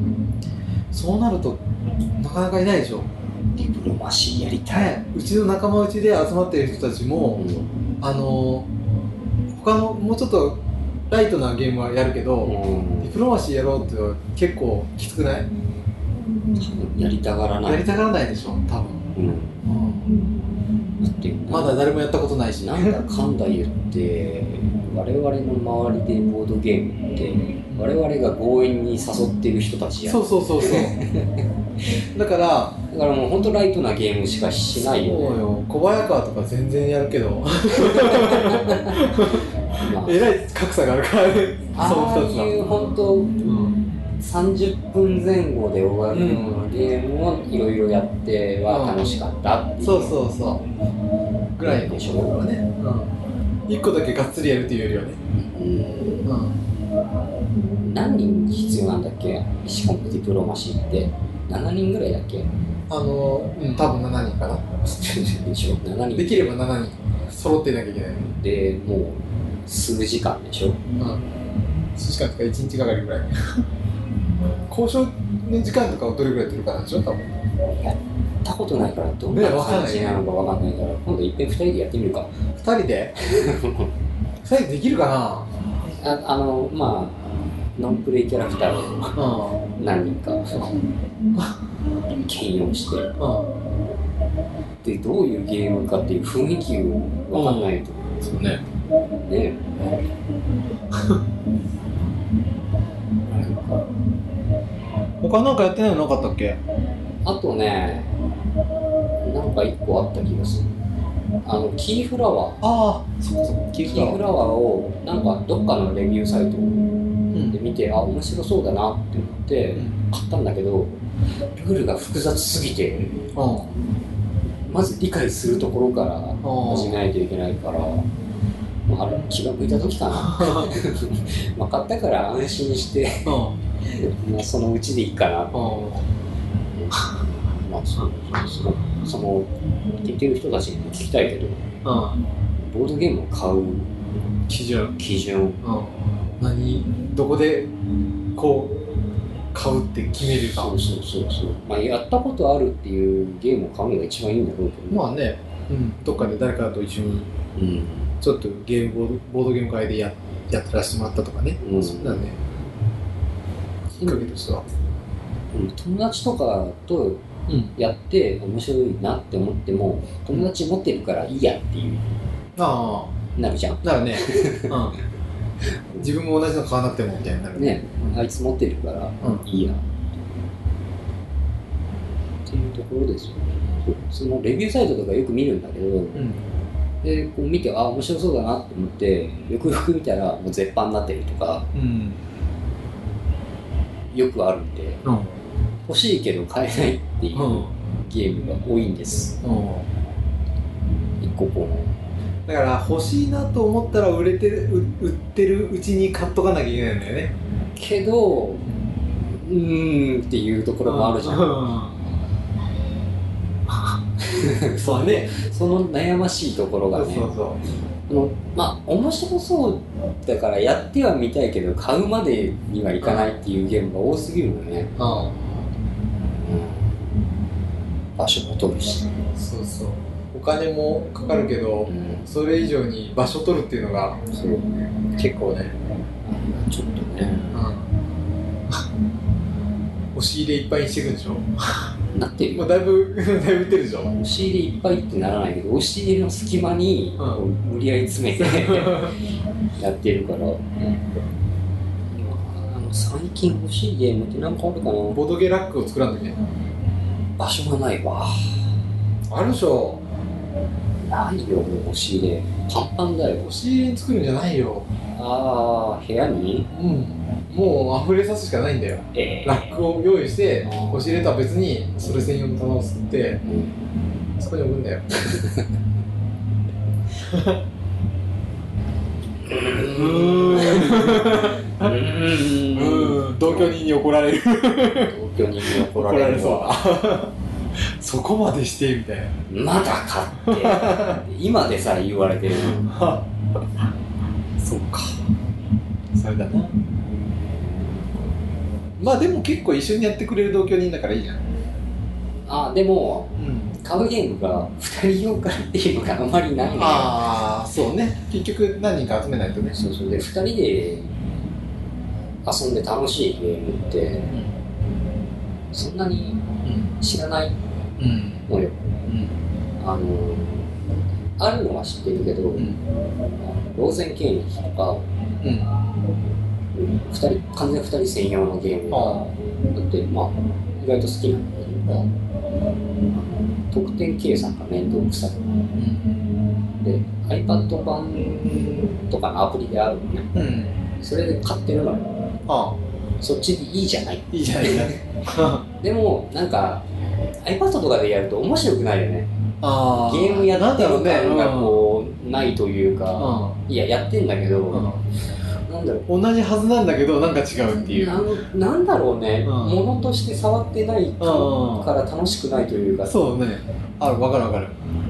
Speaker 3: そうなるとなかなかいないでしょ
Speaker 2: ディプロマシーやりたい、
Speaker 3: ねうちの仲間内で集まってる人たちも、
Speaker 2: うん
Speaker 3: あのー他のもうちょっとライトなゲームはやるけど、ディプロマシーやろうっていうのは結構きつくない、
Speaker 2: 多分やりたがらな
Speaker 3: や
Speaker 2: い
Speaker 3: りたがらないでしょ多分、
Speaker 2: うんだって
Speaker 3: まだ誰もやったことないし
Speaker 2: なんだかんだ言って我々の周りでボードゲームって我々が強引に誘ってる人たちやん
Speaker 3: そうそうそうそう だから
Speaker 2: だからもう本当ライトなゲームしかしないよ
Speaker 3: そう
Speaker 2: ね。
Speaker 3: よ小早川とか全然やるけ ど
Speaker 2: ま
Speaker 3: えらい格差があるからね
Speaker 2: あ、
Speaker 3: そ
Speaker 2: ああ
Speaker 3: の2つは
Speaker 2: いう本当
Speaker 3: うん
Speaker 2: 30分前後で終わるようなゲームをいろいろやっては楽しかったっていう。
Speaker 3: そうそうそうぐらいの
Speaker 2: でしょ
Speaker 3: はね、うん、1個だけがっつりやるっていうよりはね、
Speaker 2: うん
Speaker 3: うん、
Speaker 2: 何人必要なんだっけしかもディプロマシーって。7人ぐらいだっ け
Speaker 3: あのーうん多分7人かな
Speaker 2: でしょ ?7 人
Speaker 3: できれば7人揃ってなきゃいけない、
Speaker 2: でもう数時間でしょ
Speaker 3: うん、数時間とか1日がかりぐ らい交渉の時間とかをどれぐらい取るかなんでしょ多分
Speaker 2: 行ったことないからどん
Speaker 3: ね
Speaker 2: な
Speaker 3: わかんない
Speaker 2: 感じなのかわかんないから今度いっぺん2人でやってみるか。
Speaker 3: 2人で2人でできるか
Speaker 2: ああのまあノンプレイキャラクターを
Speaker 3: なう
Speaker 2: 何
Speaker 3: ん
Speaker 2: 人か兼用し
Speaker 3: うん
Speaker 2: てでどういうゲームかっていう雰囲気を分かんないと
Speaker 3: そうね
Speaker 2: ねなんか
Speaker 3: 他なんかやってないのなかったっけ
Speaker 2: あとねなんか一個あった気がするあのキーフラワー
Speaker 3: ああそっかそっか
Speaker 2: キーフラワーをなんかどっかのレビューサイト
Speaker 3: うん
Speaker 2: で見てあ面白そうだなって思って買ったんだけどルールが複雑すぎて
Speaker 3: う
Speaker 2: まず理解するところから
Speaker 3: ん
Speaker 2: 始めないといけないから、まあ、あれ気が向いた時かなまあ買ったから安心して
Speaker 3: うん
Speaker 2: もうそのうちでいいかなまあそうそうそうその言ってる人たちにも聞きたいけど
Speaker 3: うんうん
Speaker 2: ボードゲームを買う
Speaker 3: 基準
Speaker 2: 基準
Speaker 3: うん何どこでこう買うって決めるか
Speaker 2: そうそうそうそうまあやったことあるっていうゲームを買うのが一番いいんだろうけど、
Speaker 3: まあね、うん、どっかで誰かと一緒に
Speaker 2: うん
Speaker 3: ちょっとゲームボードボードゲーム会でややってらしてもらったとかね、
Speaker 2: うん
Speaker 3: そうだねきっかけとしては
Speaker 2: うん友達とかと
Speaker 3: うん
Speaker 2: やって面白いなって思っても友達持ってるからいいやっていう
Speaker 3: ああ
Speaker 2: なるじゃん
Speaker 3: な るね、うん、自分も同じの買わなくてもみたいになる
Speaker 2: ねあいつ持ってるから
Speaker 3: うん
Speaker 2: いいやっていうところですよねそのレビューサイトとかよく見るんだけど
Speaker 3: うん
Speaker 2: でこう見てあ面白そうだなと思ってよくよく見たらもう絶版になってるとか
Speaker 3: うん
Speaker 2: よくあるんで
Speaker 3: うん
Speaker 2: 欲しいけど買えないっていううんゲームが多いんです
Speaker 3: うん
Speaker 2: 一個こう
Speaker 3: だから欲しいなと思ったら売れてるう売ってるうちに買っとかなきゃいけないんだよね
Speaker 2: けどうーんっていうところもあるじゃん
Speaker 3: うんそうね
Speaker 2: その悩ましいところがね
Speaker 3: そうそ
Speaker 2: あのまあ面白そうだからやってはみたいけど買うまでにはいかないっていうゲームが多すぎるのね、
Speaker 3: ううん
Speaker 2: 場所も取るし、
Speaker 3: そうそうお金もかかるけど
Speaker 2: ん、
Speaker 3: それ以上に場所取るっていうのが
Speaker 2: そう
Speaker 3: 結構ね、
Speaker 2: ちょっとね
Speaker 3: うん、押し入れいっぱいにしていくんでしょ
Speaker 2: なってる
Speaker 3: も
Speaker 2: よ
Speaker 3: うだいぶ だいぶ売ってるでしょ
Speaker 2: 押し入れいっぱいってならないけど押し入れの隙間に
Speaker 3: うん
Speaker 2: こう無理やり詰め てやってるから、あの最近欲しいゲームって何かあるかな
Speaker 3: ボドゲラックを作らんときね
Speaker 2: 場所がないわ
Speaker 3: あるでしょ
Speaker 2: ないよもう押し入れパンパンだよ
Speaker 3: 押し入れに作るんじゃないよ
Speaker 2: ああ部屋に
Speaker 3: うんもう溢れさすしかないんだよ
Speaker 2: え
Speaker 3: ラックを用意して
Speaker 2: うん
Speaker 3: 押し入れとは別にそれ専用の棚を作って
Speaker 2: うん
Speaker 3: そこに置くんだよ
Speaker 2: うーん
Speaker 3: ん同居人に怒られる
Speaker 2: 同居人に怒ら
Speaker 3: 怒ら
Speaker 2: れ
Speaker 3: れ
Speaker 2: る
Speaker 3: そう
Speaker 2: わ
Speaker 3: だそこまでしてみたいな
Speaker 2: まだ買って今でさえ言われてる
Speaker 3: そうかそれだなまあでも結構一緒にやってくれる同居人だからいいじゃん
Speaker 2: あでも
Speaker 3: うん
Speaker 2: カードゲームが2人用からっていうのがあんまりないね
Speaker 3: ああそうね結局何人か集めないとね
Speaker 2: そうそうで2人で遊んで楽しいゲームってそんなに
Speaker 3: うん
Speaker 2: 知らない
Speaker 3: うん
Speaker 2: のよ
Speaker 3: うん
Speaker 2: あのあるのは知ってるけど、
Speaker 3: うん
Speaker 2: ローゼンケーニヒとか、
Speaker 3: うん
Speaker 2: うん二人完全2人専用のゲーム
Speaker 3: あ
Speaker 2: があってまあ意外と好きなんだけど、得点計算が面倒くさく
Speaker 3: うん
Speaker 2: て iPad 版とかのアプリであるのね
Speaker 3: うん
Speaker 2: それで買ってるのよ
Speaker 3: ああ
Speaker 2: そっちでいいじゃない
Speaker 3: いいじゃないか
Speaker 2: でもなんか iPad とかでやると面白くないよね
Speaker 3: あ
Speaker 2: ゲームやってる感が
Speaker 3: こ
Speaker 2: こうないというかいややってんだけど、なんだろう
Speaker 3: うん同じはずなんだけどなんか違うっていう
Speaker 2: なんなんだろうね、
Speaker 3: うん
Speaker 2: ものとして触ってない
Speaker 3: うん
Speaker 2: から楽しくないというか、
Speaker 3: そうねあるわかるわかる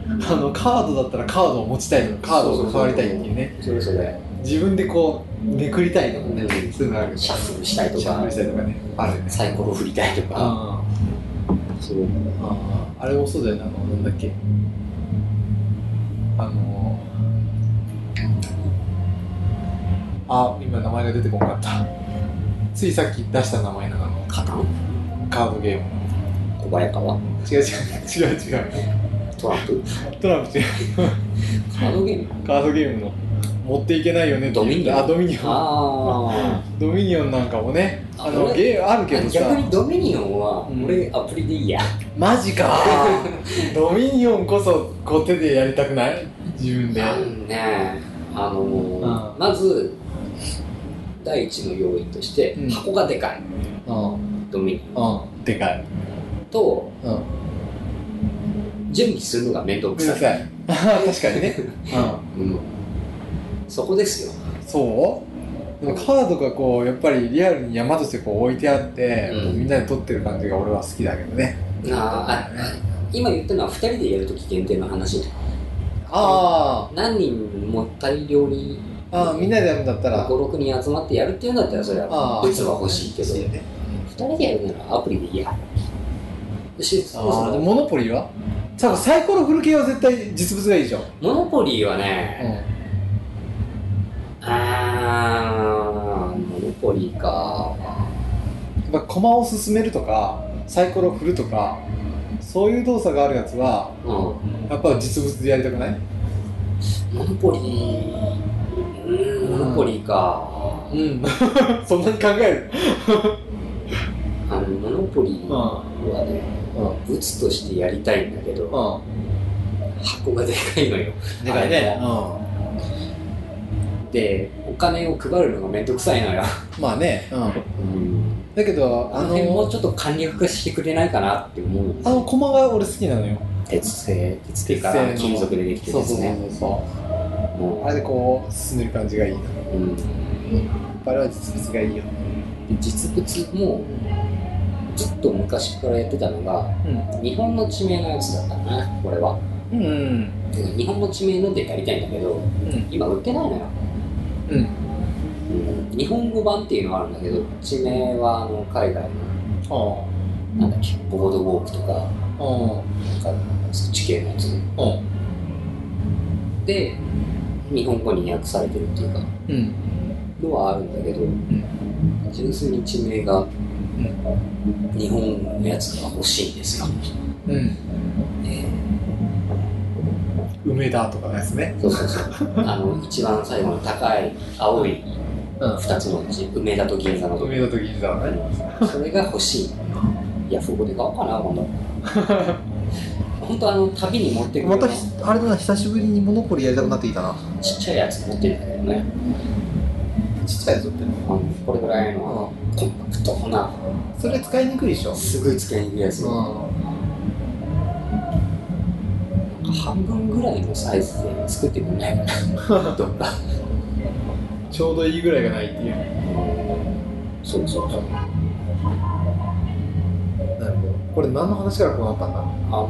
Speaker 3: あのカードだったらカードを持ちたいのカードを変わりたいっていうね
Speaker 2: それぞれ
Speaker 3: 自分でこうめくりたいとかね
Speaker 2: うん
Speaker 3: そういうのあるよね
Speaker 2: シャッフルしたいと
Speaker 3: シャッフ
Speaker 2: か
Speaker 3: ルしたいとかねあるよね
Speaker 2: サイコロ振りたいとか、
Speaker 3: あ
Speaker 2: そう
Speaker 3: ああれもそうだよねあのなんだっけあのあ今名前が出てこなかったついさっき出した名前なの
Speaker 2: カタン
Speaker 3: カードゲーム
Speaker 2: 小早川
Speaker 3: 違う違う違う違う
Speaker 2: トランプ
Speaker 3: トランプ違う
Speaker 2: カードゲーム
Speaker 3: カードゲームの持っていけないよねって言った
Speaker 2: ドミニオン
Speaker 3: あドミニオン
Speaker 2: あ
Speaker 3: ドミニオンなんかもね
Speaker 2: あ
Speaker 3: あの
Speaker 2: 俺
Speaker 3: ゲームあるけ
Speaker 2: あ
Speaker 3: ど
Speaker 2: 逆
Speaker 3: さ
Speaker 2: にドミニオンは
Speaker 3: うん
Speaker 2: 俺アプリでいいや、
Speaker 3: マ ジかドミニオンこそこう手でやりたくない自分で
Speaker 2: あのねあのー
Speaker 3: うん
Speaker 2: まず第一の要因として
Speaker 3: うん
Speaker 2: 箱がでかい、
Speaker 3: うん
Speaker 2: ドミニオン
Speaker 3: うんでかい
Speaker 2: と
Speaker 3: うん
Speaker 2: 準備するのが面倒
Speaker 3: う
Speaker 2: く
Speaker 3: る
Speaker 2: さい、
Speaker 3: さい確かにね
Speaker 2: うん、そこですよ、
Speaker 3: うんそうでもカードがこうやっぱりリアルに山としてこう置いてあって、
Speaker 2: うん
Speaker 3: こうみんなで撮ってる感じが俺は好きだけどね
Speaker 2: あーあ今言ったのは2人でやるとき限定の話ね
Speaker 3: あ
Speaker 2: 何人も大量に
Speaker 3: ーあーみんなでやるんだったら
Speaker 2: 56人集まってやるっていうんだったらそれは
Speaker 3: あー
Speaker 2: 物は欲しいけど
Speaker 3: そう
Speaker 2: 2
Speaker 3: ね
Speaker 2: 人でやるならアプリでいいやしそもそ
Speaker 3: あーでも
Speaker 2: も
Speaker 3: モノポリーはさあサイコロ振る系は絶対実物がいいでしょ、
Speaker 2: モノポリーは
Speaker 3: う
Speaker 2: ね、
Speaker 3: ん
Speaker 2: あーモノポリーか
Speaker 3: まあ、駒を進めるとかサイコロ振るとかそういう動作があるやつは
Speaker 2: うん
Speaker 3: やっぱ実物でやりたくない
Speaker 2: うんモノポリーうーんモノポリーか
Speaker 3: うん。そんなに考える
Speaker 2: あのモノポリーはね
Speaker 3: う
Speaker 2: 物
Speaker 3: ん。
Speaker 2: としてやりたいんだけど
Speaker 3: う
Speaker 2: 箱がでかいのよ
Speaker 3: ん。でかいね。
Speaker 2: でお金を配るのがめんどくさいのよ、
Speaker 3: うん。まあね。うん。だけど、
Speaker 2: あ
Speaker 3: あ
Speaker 2: の辺もう
Speaker 3: の、
Speaker 2: ちょっと簡略化してくれないかなって思う
Speaker 3: あの駒が俺好きなのよ。
Speaker 2: 鉄製鉄製か
Speaker 3: 鉄製
Speaker 2: ら
Speaker 3: の
Speaker 2: 金属でできてるんですね
Speaker 3: そうそ
Speaker 2: もう
Speaker 3: あれでこう、進んでる感じがいいな。
Speaker 2: うん
Speaker 3: あれは実物がいいよ。
Speaker 2: 実物もずっと昔からやってたのが日本の地名のやつだったかなこれは
Speaker 3: うん。うん。
Speaker 2: 日本の地名のでやりたいんだけど
Speaker 3: うん。
Speaker 2: 今売ってないのよ、
Speaker 3: うん。
Speaker 2: うん日本語版っていうのがあるんだけど地名はあの海外
Speaker 3: ああ。
Speaker 2: のなんだっけボードウォークとか
Speaker 3: あ
Speaker 2: なんかそっち系のやつ
Speaker 3: あ。うん。
Speaker 2: で日本語に訳されてるっていうか
Speaker 3: うん。
Speaker 2: のはあるんだけど、純粋に地名が日本のやつが欲しいんですよ、
Speaker 3: うん。
Speaker 2: え
Speaker 3: 梅田とかのやつね。
Speaker 2: そうそうそうあの一番最後の高い青い
Speaker 3: うん
Speaker 2: 2つのうち梅田と銀座のとこ
Speaker 3: 梅田と銀座はね。
Speaker 2: それが欲しいいやそこで買おうかな今度本当あの旅に持ってくるようなち
Speaker 3: あれだな、久しぶりにモノポリやりたくなってきたな。
Speaker 2: っちゃいやつ持ってるんだけどね
Speaker 3: ちっちゃいやつって。
Speaker 2: あのこれぐらいのコンパクトな
Speaker 3: それ使いにくいでしょ。
Speaker 2: すごい使いにくいやつ、
Speaker 3: う
Speaker 2: 半分ぐらいのサイズで作ってくんないか などっか
Speaker 3: ん。ちょうどいいぐらいがないっていう。
Speaker 2: そうそうそう
Speaker 3: なるほど。これ何の話からこうなったんだ
Speaker 2: あのー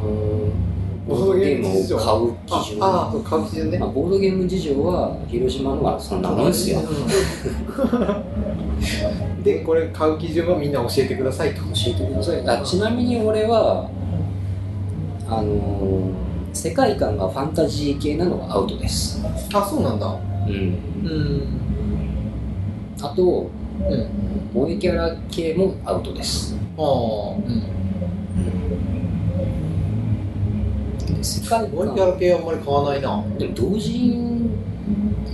Speaker 2: ボードゲームを買う基準
Speaker 3: ああ、そう、歌舞伎順ね
Speaker 2: まあ、。ボードゲーム事情は広島のはそんなもんですよ教
Speaker 3: うん。 で、これ買う基準はみんな教えてくださいと。
Speaker 2: えてくださいあちなみに俺はあのー世界観がファンタジー系なのはアウトです
Speaker 3: あ、そうなんだ。
Speaker 2: うん
Speaker 3: うん。
Speaker 2: あと
Speaker 3: うん。
Speaker 2: 萌えキャラ系もアウトです
Speaker 3: ああ、うん。
Speaker 2: で世界
Speaker 3: モニ
Speaker 2: 観
Speaker 3: ター系あんまり買わないな。
Speaker 2: でも同人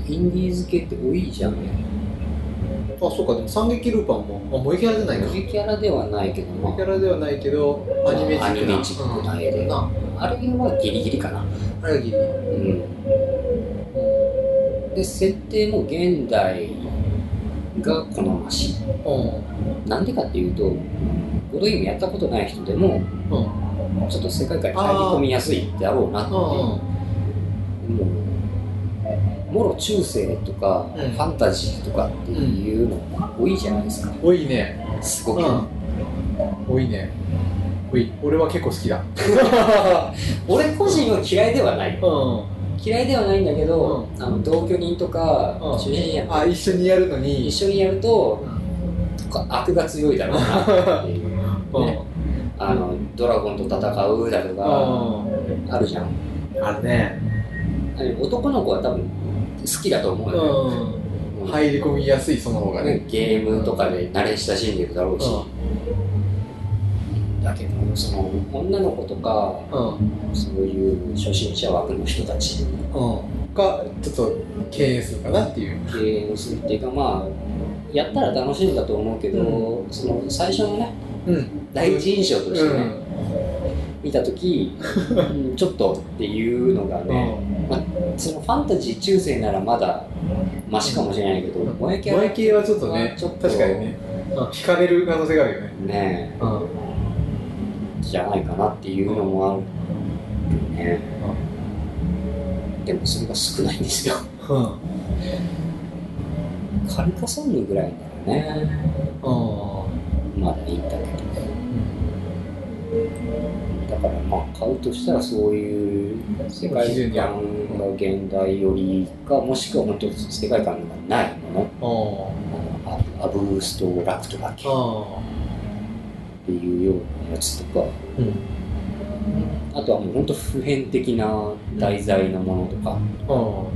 Speaker 2: インディーズ系って多いじゃんね
Speaker 3: あ、そうか、でも三撃ルーパンも、あ、モイキャラじゃないか。
Speaker 2: 同
Speaker 3: モイ
Speaker 2: 人キャラではないけどま
Speaker 3: キャラではないけど、アニメチックな。
Speaker 2: アニメチックな絵で
Speaker 3: うんな。
Speaker 2: ああれはギリギリかな
Speaker 3: あれがギリ。
Speaker 2: うんで設定も現代が好ましい
Speaker 3: うん。
Speaker 2: なんでかっていうとボードゲームやったことない人でも
Speaker 3: うん。
Speaker 2: ちょっと世界観に入り込みやすいだろうなって
Speaker 3: うん。
Speaker 2: いうもうもろ中世とか、
Speaker 3: うん
Speaker 2: ファンタジーとかっていうの多いじゃないですか
Speaker 3: 多いね。
Speaker 2: す
Speaker 3: う
Speaker 2: ごく、
Speaker 3: ん。多いね。多い。俺は結構好きだ。
Speaker 2: 俺個人は嫌いではない
Speaker 3: うん。
Speaker 2: 嫌いではないんだけど、あの同居人とか、
Speaker 3: うん
Speaker 2: 主人や
Speaker 3: あ、一緒にやるの
Speaker 2: 一
Speaker 3: に。
Speaker 2: 緒にやると悪が強いだろうなっていう、
Speaker 3: うん。
Speaker 2: ねあのドラゴンと戦うだとか
Speaker 3: う
Speaker 2: あるじゃん
Speaker 3: ん。あるね。
Speaker 2: あれ男の子は多分好きだと思うよ、う
Speaker 3: う
Speaker 2: ん
Speaker 3: ん。入り込みやすい、その方がね。
Speaker 2: ねゲームとかで慣れ親しんでるだろうし、だけどその女の子とか
Speaker 3: うん。
Speaker 2: そういう初心者枠の人たち
Speaker 3: うん。が、ちょっと敬遠するかなっていう。
Speaker 2: ゲームするっていうかまあやったら楽しいんだと思うけど、その最初のね
Speaker 3: うん。
Speaker 2: 第一印象としてね、
Speaker 3: うん
Speaker 2: 見た時うんちょっとっていうのがね、そのファンタジー中世ならまだマシかもしれないけど、萌えキャラ
Speaker 3: 萌え系はちょっとね、
Speaker 2: ちょっと
Speaker 3: 確かにね、惹かれる可能性があるよね。
Speaker 2: ね
Speaker 3: うん。
Speaker 2: じゃないかなっていうのもあるね、でもそれが少ないんですよ
Speaker 3: うん。
Speaker 2: カルカソンヌぐらいならねまだいいんだけどだからまあ買うとしたらそういう世界
Speaker 3: 基準
Speaker 2: 観
Speaker 3: にあ
Speaker 2: が
Speaker 3: る
Speaker 2: 現代よりかもしくは本当世界観がないもの
Speaker 3: うん。
Speaker 2: あのアブストラクトだっけっていうようなやつとか
Speaker 3: うん。
Speaker 2: あとはもう本当普遍的な題材のものとか、
Speaker 3: うん。
Speaker 2: あの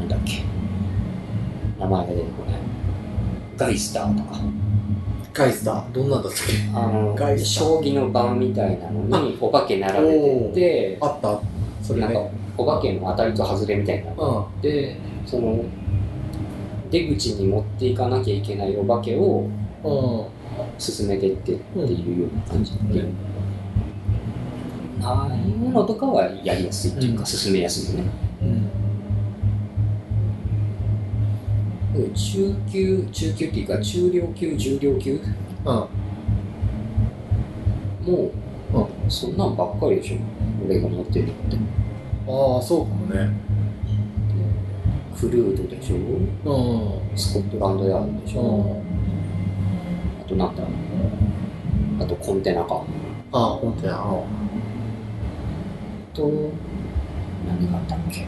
Speaker 2: なんだっけ名前が出てこないガイスターとか
Speaker 3: ガイスター、どんなんだったっけ
Speaker 2: あの
Speaker 3: ガイスター
Speaker 2: 将棋の盤みたいなのにお化け並べてて
Speaker 3: あった。それ
Speaker 2: なんか
Speaker 3: ね
Speaker 2: お化けの当たりと外れみたいになっ
Speaker 3: うん
Speaker 2: てその出口に持っていかなきゃいけないお化けを
Speaker 3: うん
Speaker 2: 進めてってっていうような感じで、ああいうのとかはやりやすいっていうか、
Speaker 3: うん
Speaker 2: 進めやすいよね中級中級っていうか中量級重量級
Speaker 3: うん
Speaker 2: もう、そんなんばっかりでしょ俺が持ってるのって
Speaker 3: ああそうかもね
Speaker 2: クルードでしょ
Speaker 3: うん
Speaker 2: スコットランドヤードでしょ、
Speaker 3: うん
Speaker 2: あとなんだあとコンテナか
Speaker 3: ああ本当やうん
Speaker 2: と何があったっけ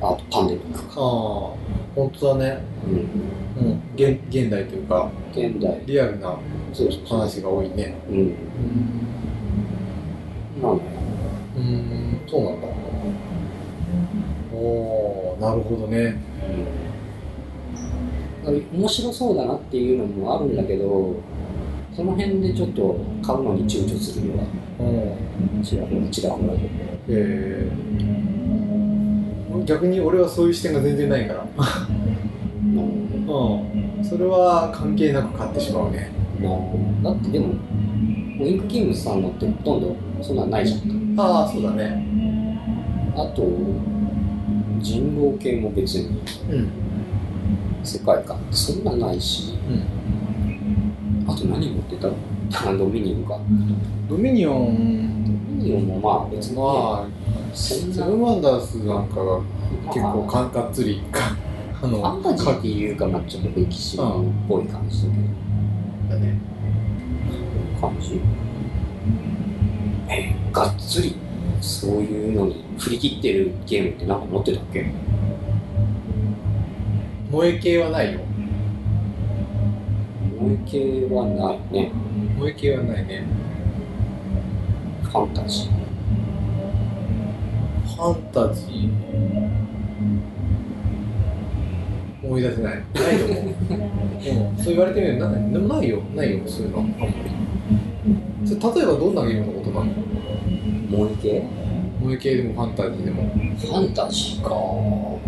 Speaker 2: ああとパンデミック
Speaker 3: ああ
Speaker 2: か、
Speaker 3: 本当だね
Speaker 2: うん、
Speaker 3: うん現現代というか
Speaker 2: 現代
Speaker 3: リアルな
Speaker 2: そうそうそう
Speaker 3: 話が多いね
Speaker 2: うん
Speaker 3: うん
Speaker 2: なんだ
Speaker 3: うんそうなんだおおなるほどね
Speaker 2: うん、面白そうだなっていうのもあるんだけどその辺でちょっと買うのに躊躇するような
Speaker 3: うん
Speaker 2: ちらほらちらほらで
Speaker 3: えー、逆に俺はそういう視点が全然ないから
Speaker 2: うん
Speaker 3: うんそれは関係なく買ってしまうね
Speaker 2: なだってでももうインクキングスさんのってほとんどそんなんないじゃん
Speaker 3: ああそうだね
Speaker 2: あと人狼系も別に
Speaker 3: うん
Speaker 2: 世界観ってそんなないしあと何持ってたのドミニオンか
Speaker 3: ドミニオン
Speaker 2: ドミニオンもまあ別に、ね
Speaker 3: まあ
Speaker 2: そん
Speaker 3: セ
Speaker 2: な
Speaker 3: ブンワンダースなんかが結構かんかっつりかあ
Speaker 2: フ
Speaker 3: の
Speaker 2: ァンタジーっていうか、まあ、ちょっと歴史っぽい感じだけど、
Speaker 3: だね
Speaker 2: 感じえがっつりそういうのに振り切ってるゲームってなんか持ってたっけ
Speaker 3: 萌え系はないよ
Speaker 2: 萌え系はないね
Speaker 3: 萌え系はないね
Speaker 2: ファンタジ
Speaker 3: ファンタジー思い出せないない と思う、うん、そう言われてみればなんかでもないよないよそういうのあんまりそれ例えばどんなゲームのことなの
Speaker 2: ー萌え
Speaker 3: 萌え系でもファンタジーでも
Speaker 2: 系ファンタジーか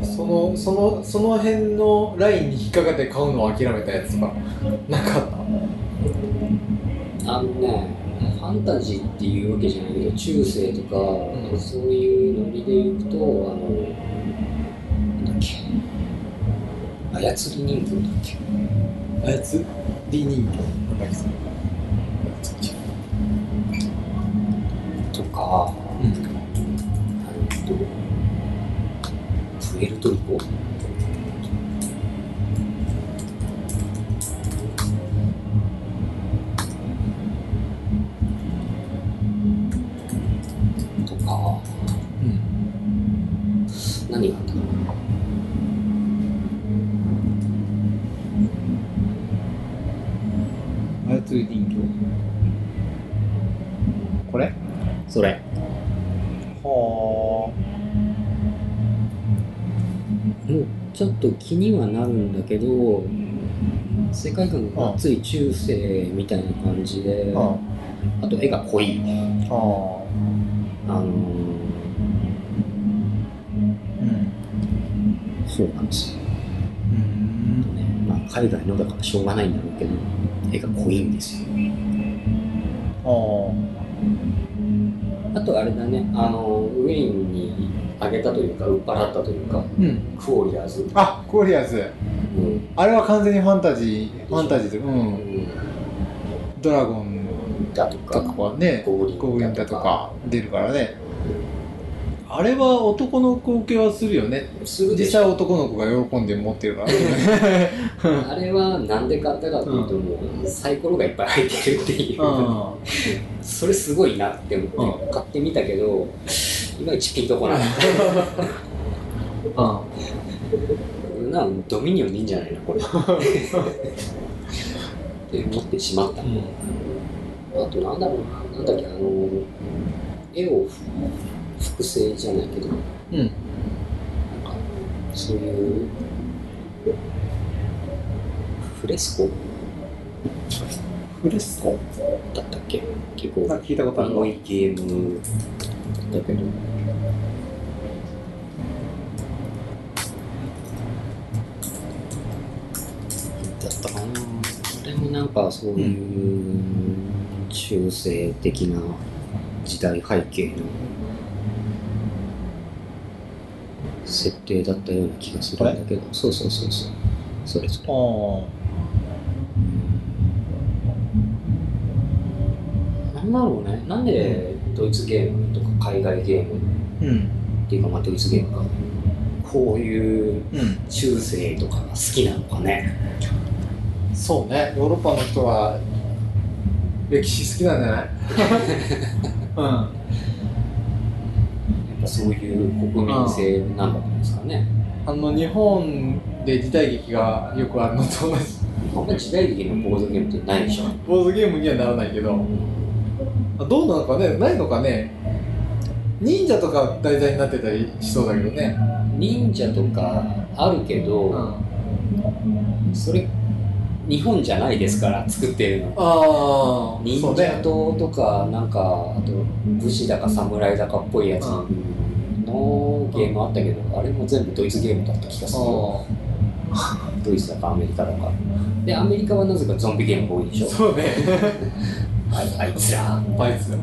Speaker 3: そのそのその辺のラインに引っかかって買うのを諦めたやつとかなかった
Speaker 2: あのねファンタジーっていうわけじゃないけど中世とか、
Speaker 3: うん
Speaker 2: そういうノリでいくとあのなんだっけ操り人形だっけ
Speaker 3: あやつ D 人形なんだっけそれ
Speaker 2: とか、
Speaker 3: うん
Speaker 2: えっとプエルトリコとか
Speaker 3: うん
Speaker 2: 何があったかな
Speaker 3: あやつ人形これ
Speaker 2: それ
Speaker 3: は
Speaker 2: もうちょっと気にはなるんだけど世界観がつい中世みたいな感じで
Speaker 3: あ
Speaker 2: あと絵が濃い
Speaker 3: あ
Speaker 2: あ
Speaker 3: あ
Speaker 2: のー
Speaker 3: うん
Speaker 2: そうなんですよ
Speaker 3: うん
Speaker 2: ねまあ、海外のだからしょうがないんだろうけど絵が濃いんですよ
Speaker 3: ああ
Speaker 2: あとあれだねあのウェインにあげたというか売っ払ったというか
Speaker 3: うん
Speaker 2: クオリアーズ、
Speaker 3: あコリアス
Speaker 2: うん
Speaker 3: あれは完全にファンタジーファンタジーというか、う、
Speaker 2: うんん、
Speaker 3: ドラゴン
Speaker 2: だと
Speaker 3: と
Speaker 2: か
Speaker 3: かはね
Speaker 2: ゴーリン
Speaker 3: ゴーリンだとか出るからねあれは男の子受けはするよね
Speaker 2: する
Speaker 3: 実
Speaker 2: でしょ
Speaker 3: 際男の子が喜んで持ってるからね
Speaker 2: あれはなんで買ったかっていうともうサイコロがいっぱい入ってるっていう、
Speaker 3: う
Speaker 2: それすごいなって思って買ってみたけどいまいちピンとこない
Speaker 3: ん
Speaker 2: なんドミニオンでいいんじゃないのこれって思ってしまったあとなんだろうな、なんだっけ、あの、絵を複製じゃないけど、なんか、
Speaker 3: うん
Speaker 2: そういう、フレスコ
Speaker 3: フレスコ
Speaker 2: だったっけ結構、
Speaker 3: 聞いたことある
Speaker 2: 重いゲームだったけど、でもなんかそういう中世的な時代背景の設定だったような気がするんだけどそうそうそうそうそれそれなんだろうねなんでドイツゲームとか海外ゲーム
Speaker 3: うん
Speaker 2: っていうかまあドイツゲームがこういう
Speaker 3: うん
Speaker 2: 中世とかが好きなのかね
Speaker 3: そうねヨーロッパの人は歴史好きなんじゃない うん
Speaker 2: やっぱそういう国民性なんだったんですかね
Speaker 3: あの日本で時代劇がよくあるのと同じ
Speaker 2: こんな時代劇のボードゲームってないでしょ
Speaker 3: ボードゲームにはならないけどあどうなのかねないのかね忍者とか題材になってたりしそうだけどね
Speaker 2: 忍者とかあるけ
Speaker 3: うん
Speaker 2: ど、
Speaker 3: あ
Speaker 2: それ日本じゃないですから作ってるの
Speaker 3: あ
Speaker 2: 忍
Speaker 3: そう
Speaker 2: 者
Speaker 3: ね
Speaker 2: 党とかなんかあと武士だか侍だかっぽいやつのゲームあったけどあれも全部ドイツゲームだった気がするよ
Speaker 3: あ
Speaker 2: ドイツだかアメリカだかでアメリカはなぜかゾンビゲーム多いでし
Speaker 3: あ
Speaker 2: ょ
Speaker 3: そうね
Speaker 2: あいあいつらあ
Speaker 3: あいつなん
Speaker 2: い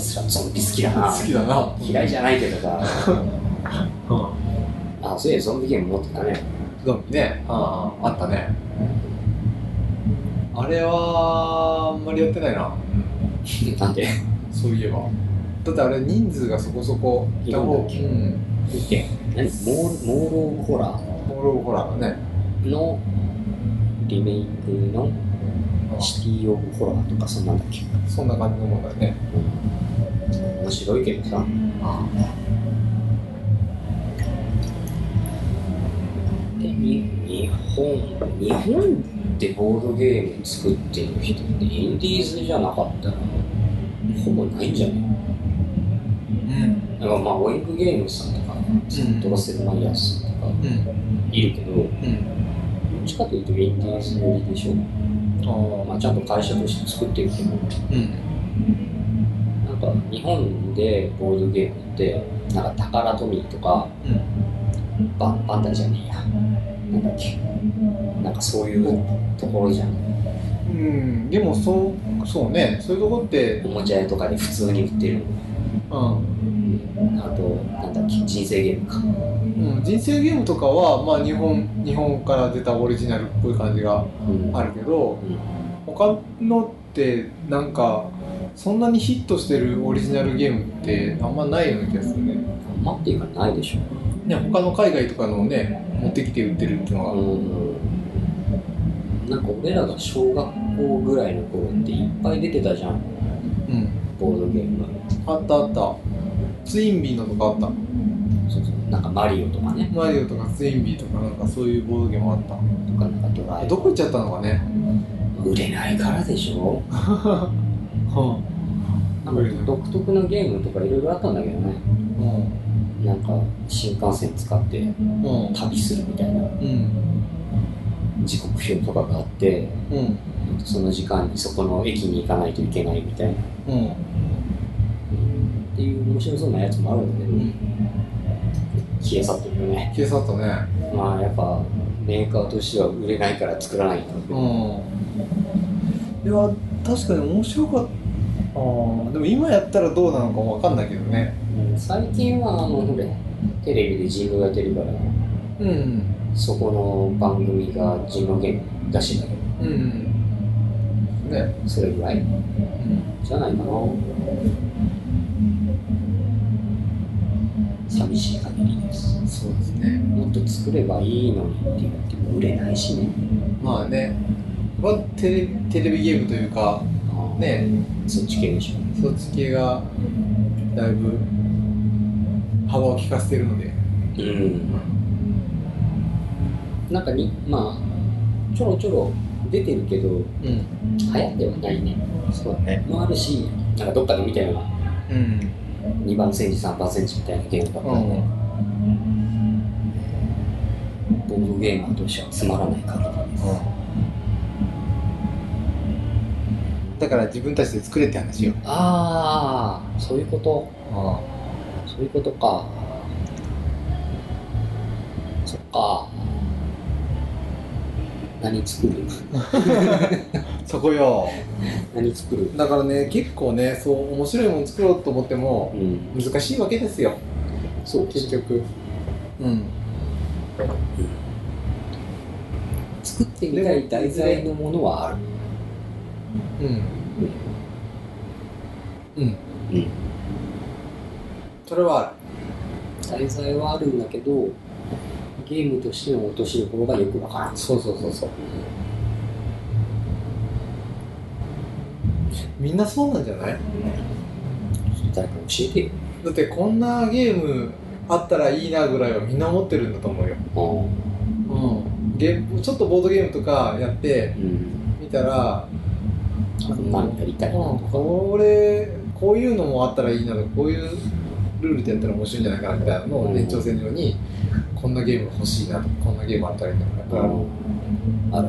Speaker 2: つらゾンビ好きだな
Speaker 3: 好きだな
Speaker 2: 嫌いじゃないけどさ
Speaker 3: うん
Speaker 2: あそういやゾンビゲーム持ってたね
Speaker 3: ゾンビねあああったねあれはあんまりやってないな
Speaker 2: なんで
Speaker 3: そういえばだってあれ人数がそこそこいた方
Speaker 2: いる
Speaker 3: うん
Speaker 2: 見て何モーモーローホラー
Speaker 3: モロホラーね
Speaker 2: のリメイクのシティ・オブ・ホラーとかそんなんだっけ
Speaker 3: そんな感じのもんだよね
Speaker 2: 面白いけどさでに日本日本でボードゲーム作ってる人ってインディーズじゃなかったらほぼないんじゃない
Speaker 3: うん
Speaker 2: だからまあウィングゲームさんとかセントラセルマイヤースとか
Speaker 3: うん
Speaker 2: いるけどどっ
Speaker 3: うん
Speaker 2: ちかというとインディーズ寄りでしょ、まあ、ちゃんと会社として作ってるけど
Speaker 3: うん
Speaker 2: なんか日本でボードゲームってなんか宝トミーとかバンバンダじゃねえやなんだっけなんかそういうところじゃん
Speaker 3: うんでもそうそうねそういうとこって
Speaker 2: おもちゃ屋とかで普通に売ってる
Speaker 3: うん、
Speaker 2: あとなんだっけ人生ゲームか
Speaker 3: うん、人生ゲームとかはまあ日本日本から出たオリジナルっぽい感じが
Speaker 2: うん
Speaker 3: あるけど他のってなんかそんなにヒットしてるオリジナルゲームってあんまないような気がするね
Speaker 2: うん、待っていうかないでしょ
Speaker 3: ね他の海外とかのね持ってきて売ってるっていうのが、
Speaker 2: うんなんか俺らが小学校ぐらいの頃っていっぱい出てたじゃん
Speaker 3: うん、
Speaker 2: ボードゲーム
Speaker 3: あったあったツインビーのとかあった
Speaker 2: そうそうなんかマリオとかね
Speaker 3: マリオとかツインビーとかなんかそういうボードゲームあっ
Speaker 2: とかなんかドラ
Speaker 3: た
Speaker 2: イ
Speaker 3: どこ行っちゃったのかね
Speaker 2: 売れないからでしょ
Speaker 3: う
Speaker 2: なんか独特なゲームとかいろいろあったんだけどね
Speaker 3: ん
Speaker 2: なんか新幹線使って
Speaker 3: うん
Speaker 2: 旅するみたいな
Speaker 3: うん
Speaker 2: 時刻表とかがあって
Speaker 3: うん
Speaker 2: その時間にそこの駅に行かないといけないみたいな
Speaker 3: うん
Speaker 2: っていう面白そうなやつもあるんだけど、消え去ってるよね
Speaker 3: 消え去ったね
Speaker 2: まあやっぱメーカーとしては売れないから作らないんだろうけ
Speaker 3: う
Speaker 2: ど、
Speaker 3: んいや確かに面白かったあーでも今やったらどうなのかわかんないけどね
Speaker 2: 最近はあのほれテレビで人狼やってるから
Speaker 3: うん
Speaker 2: そこの番組が人狼ゲーム出してんだけ
Speaker 3: うんね
Speaker 2: どそれぐらい
Speaker 3: うん
Speaker 2: じゃないかな寂しい限りです
Speaker 3: そうですね
Speaker 2: もっと作ればいいのにって言っても売れないしね
Speaker 3: まあねはテレテレビゲームというかね
Speaker 2: そっち系でしょ
Speaker 3: そっち系がだいぶ幅を利かせてるので、
Speaker 2: うんなんかにまあちょろちょろ出てるけど流
Speaker 3: うん、
Speaker 2: 行ってはないね
Speaker 3: そうだね、
Speaker 2: もあるしなんかどっかで見たような
Speaker 3: うん
Speaker 2: 2番センチ3番センチみたいなゲームだった
Speaker 3: うん
Speaker 2: で、ボ
Speaker 3: ん、
Speaker 2: ードゲーマーとしてはつまらない限りです、
Speaker 3: だから自分たちで作れって話よ、
Speaker 2: ああそういうこと
Speaker 3: あ
Speaker 2: そういうことか。そっか。何作る
Speaker 3: そこよ
Speaker 2: 何作る
Speaker 3: だからね結構ねそう面白いもの作ろうと思っても
Speaker 2: うん。
Speaker 3: 難しいわけですよ
Speaker 2: そう、
Speaker 3: 結局うん
Speaker 2: 作ってみたい題材のものはある。
Speaker 3: うんうん
Speaker 2: うん
Speaker 3: それはある
Speaker 2: 題材はあるんだけど、ゲームとしての落としどころがよくわからん。
Speaker 3: そうそうそうそうみんなそうなんじゃない
Speaker 2: 誰か教えてよ。
Speaker 3: だってこんなゲームあったらいいなぐらいはみんな思ってるんだと思うよ、
Speaker 2: あ
Speaker 3: うん、ゲームちょっとボードゲームとかやって
Speaker 2: あうん。
Speaker 3: みたら、
Speaker 2: こんなんやりたいな
Speaker 3: うん
Speaker 2: とか。
Speaker 3: これこういうのもあったらいいなとかこういうルールでやったら面白いんじゃないかなみたいなのを延長線上にこんなゲーム欲しいなとかこんなゲームあったらいいなとかやっぱ
Speaker 2: ある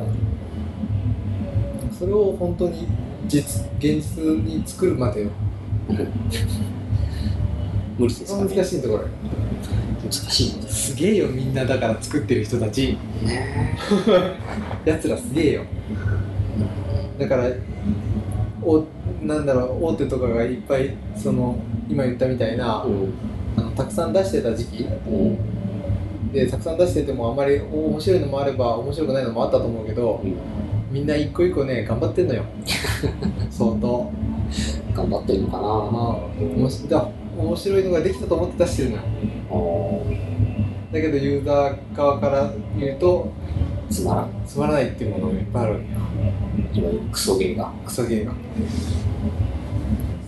Speaker 2: ある。
Speaker 3: それを本当に実現実に作るまで
Speaker 2: 無理ですか
Speaker 3: 難
Speaker 2: ね。
Speaker 3: しいところよ
Speaker 2: 難しいんです。
Speaker 3: すげえよみんなだから作ってる人たち
Speaker 2: ね
Speaker 3: やつらすげえよだからおなんだろう大手とかがいっぱいその今言ったみたいな、
Speaker 2: うん。
Speaker 3: あのたくさん出してた時期
Speaker 2: うん。
Speaker 3: でたくさん出しててもあんまりお面白いのもあれば面白くないのもあったと思うけどみんな一個一個ね頑張ってんのよ相当
Speaker 2: 頑張ってるのかな。
Speaker 3: あ面白いだ面白いのができたと思って出してるのよ
Speaker 2: あ
Speaker 3: だけどユーザー側から言うと
Speaker 2: あ、つまらん。
Speaker 3: つまらないっていうものがいっぱいある
Speaker 2: いわゆるクソゲーが。
Speaker 3: クソゲーが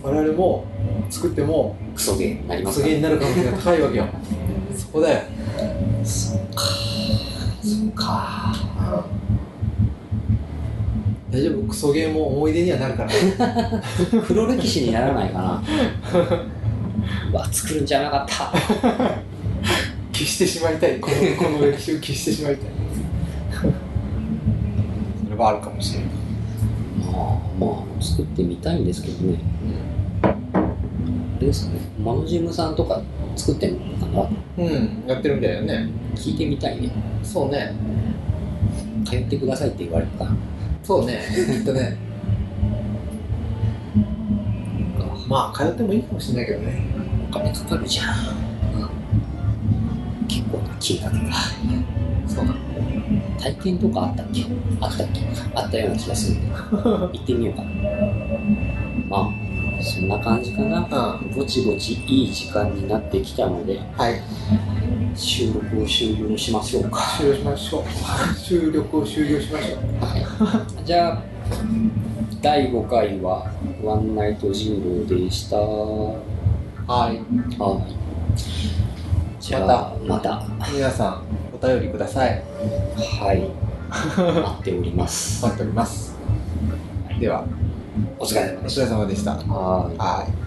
Speaker 3: 我々も作っても
Speaker 2: クソゲーになり
Speaker 3: ク
Speaker 2: ま
Speaker 3: ソ
Speaker 2: す
Speaker 3: ゲーになる可能性が高いわけよそこだよ
Speaker 2: そっか。そっか。
Speaker 3: 大丈夫クソゲーも思い出にはなるから
Speaker 2: 黒歴史にならないかな。うわ、作るんじゃなかった。
Speaker 3: 消してしまいたいこの この歴史を消してしまいたいそれはあるかもしれない
Speaker 2: まあ、まあ、作ってみたいんですけどね。あれですかね。マノジムさんとか作ってんのかな
Speaker 3: うんやってるみたいだよね
Speaker 2: 聞いてみたいね。
Speaker 3: そうね
Speaker 2: 通ってくださいって言われるから。
Speaker 3: そうねきっとね まあ通ってもいいかもしれないけどね
Speaker 2: お金かかるじゃん。結構な金額が。
Speaker 3: そうな
Speaker 2: 体験とかあったっけあったっけあったような気がするんで。行ってみようかな。まあ、そんな感じかな。
Speaker 3: う
Speaker 2: ぼちぼちいい時間になってきたので、
Speaker 3: んはい
Speaker 2: 収録を終了しましょう か。
Speaker 3: 終了しましょう収録を 終了しましょう
Speaker 2: はい、じゃあ第5回は「ワンナイト人狼」でしたはい
Speaker 3: はい
Speaker 2: じゃあまた
Speaker 3: 皆さんお便りください
Speaker 2: はい待っております
Speaker 3: 待っておりますでは
Speaker 2: お疲れ様
Speaker 3: お
Speaker 2: でし
Speaker 3: 疲れ様でした
Speaker 2: たはい
Speaker 3: はい